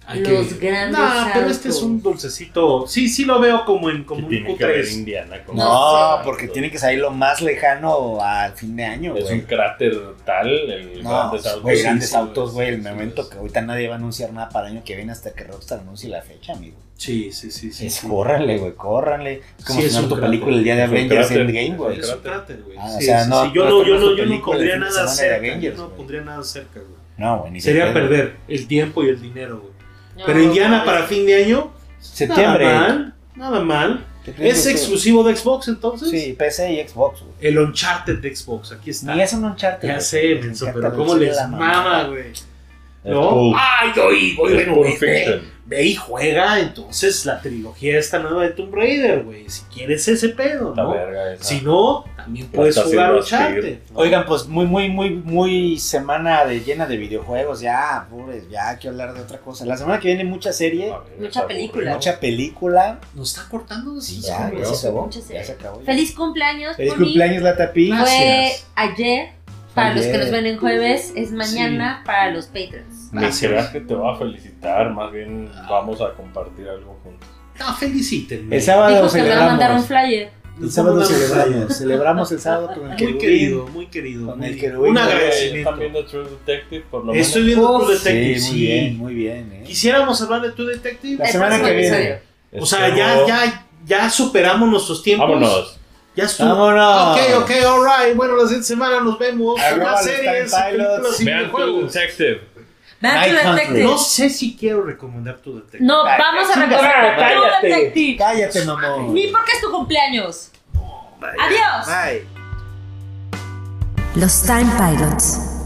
D: Hay que-
F: los grandes
D: No, pero este es
F: autos.
D: un dulcecito. Sí, sí lo veo como en
B: Que
D: como un
B: tiene que ver
D: Q3.
B: Indiana. con-
A: No, porque tiene que salir lo más lejano al fin de año,
B: Es un
A: güey.
B: cráter tal,
A: No,
B: el
A: pues,
B: Grandes Autos.
A: güey,
B: Sí,
A: grandes
B: sí,
A: autos, güey. El
B: sí,
A: momento
B: sí.
A: que ahorita nadie va a anunciar nada para el año que viene hasta que Rockstar anuncie la fecha, amigo.
D: Sí, sí, sí, sí.
A: Es
D: sí.
A: córranle, güey, córranle. Es como
D: Sí, es
A: si no
D: un
A: tu
D: crack,
A: película el día de
B: Es un
A: Avengers
B: crack.
A: Endgame, güey.
D: Es un cráter, güey.
A: Ah,
D: Sí,
A: o sea,
D: sí,
A: no-
D: sí. Yo
A: no
D: no,
A: es
D: yo
A: como
D: no,
A: su
D: yo no
A: película de
D: pondría
A: fin de
D: nada
A: semana de
D: cerca.
A: Avengers,
D: yo no
A: güey.
D: pondría nada cerca, güey.
A: No, güey, ni de
D: Sería
A: pedo.
D: perder el tiempo y el dinero, güey.
F: No,
D: Pero Indiana
F: no,
D: para fin de año,
A: Septiembre.
D: nada mal, nada mal.
A: ¿Te crees
D: ¿Es
A: que-
D: exclusivo de Xbox entonces?
A: Sí, PC y Xbox, güey.
D: El Uncharted de Xbox, aquí está.
A: Ni es un Uncharted.
D: Ya
A: güey. Me
D: sé, menso,
A: encanta
D: pero cómo
A: mucho
D: les
A: la Este,
D: mama, güey.
B: Es
D: ¿No?
B: Pulp.
D: Ay, oí, oí,
B: Es
D: bueno,
B: Pulp
D: ve, ve,
B: Fiction.
D: pues, ve y juega entonces la trilogía esta nueva de Tomb Raider, güey. Si quieres ese pedo,
B: Puta
D: ¿no?
B: verga esa.
D: Si no, también
B: La
D: puedes
B: está
D: jugar
B: haciendo
D: Uncharted.
B: Aspir.
A: Oigan, pues muy, muy, muy, muy semana de, llena de videojuegos. Ya, pobres, ya hay que hablar de otra cosa. La semana que viene mucha serie,
D: Ah,
B: A ver,
F: Mucha
B: está
F: película.
B: aburrido.
A: mucha película.
D: Nos está cortando, sí.
A: Ya,
D: güey.
A: ya se acabó.
F: Mucha serie.
A: Ya se acabó. ya.
F: Feliz cumpleaños,
A: Feliz
F: Pony.
A: cumpleaños, la tapi.
F: Fue ayer. Para los que
A: Ayer.
F: nos ven en jueves, es mañana para los Patreons.
B: Ni creas que te va a felicitar, más bien vamos a compartir algo juntos.
D: Ah, felicítenme.
A: El sábado
F: Dijo que me va a mandar un
A: celebramos.
F: flyer.
A: El sábado
D: Nos vamos a
A: celebramos. Celebramos el sábado con el
D: Muy
A: querubín.
D: querido, muy querido.
A: Con
D: muy
A: el
D: querido.
A: querubín.
D: Un
A: Oye,
B: Están
D: agradecimiento.
B: viendo True Detective, por lo menos.
D: Estoy viendo True Detective,
A: Oh, Sí, muy
D: sí.
A: bien, muy bien. ¿eh?
D: Quisiéramos hablar de True Detective.
A: La
F: El
A: semana
F: próximo
A: que viene.
F: episodio.
D: O sea, ya,
B: Estuvo-
D: ya, ya superamos nuestros tiempos.
B: Vámonos.
D: Ya estuvo.
A: ¡Vámonos!
D: Ok, ok, alright. Bueno, la siguiente semana nos vemos.
A: Arroba
D: Las
A: los
D: series,
A: Time Pilots.
D: películas y
B: Vean True
D: videojuegos.
B: Detective.
F: Vean
A: Night
F: True
A: Country.
F: Detective.
D: No sé si quiero recomendar tu detective.
F: No, vamos a recordar True Detective.
A: Cállate, mamón.
F: Ni porque es tu cumpleaños. Adiós.
D: Bye.
C: Los Time Pilots.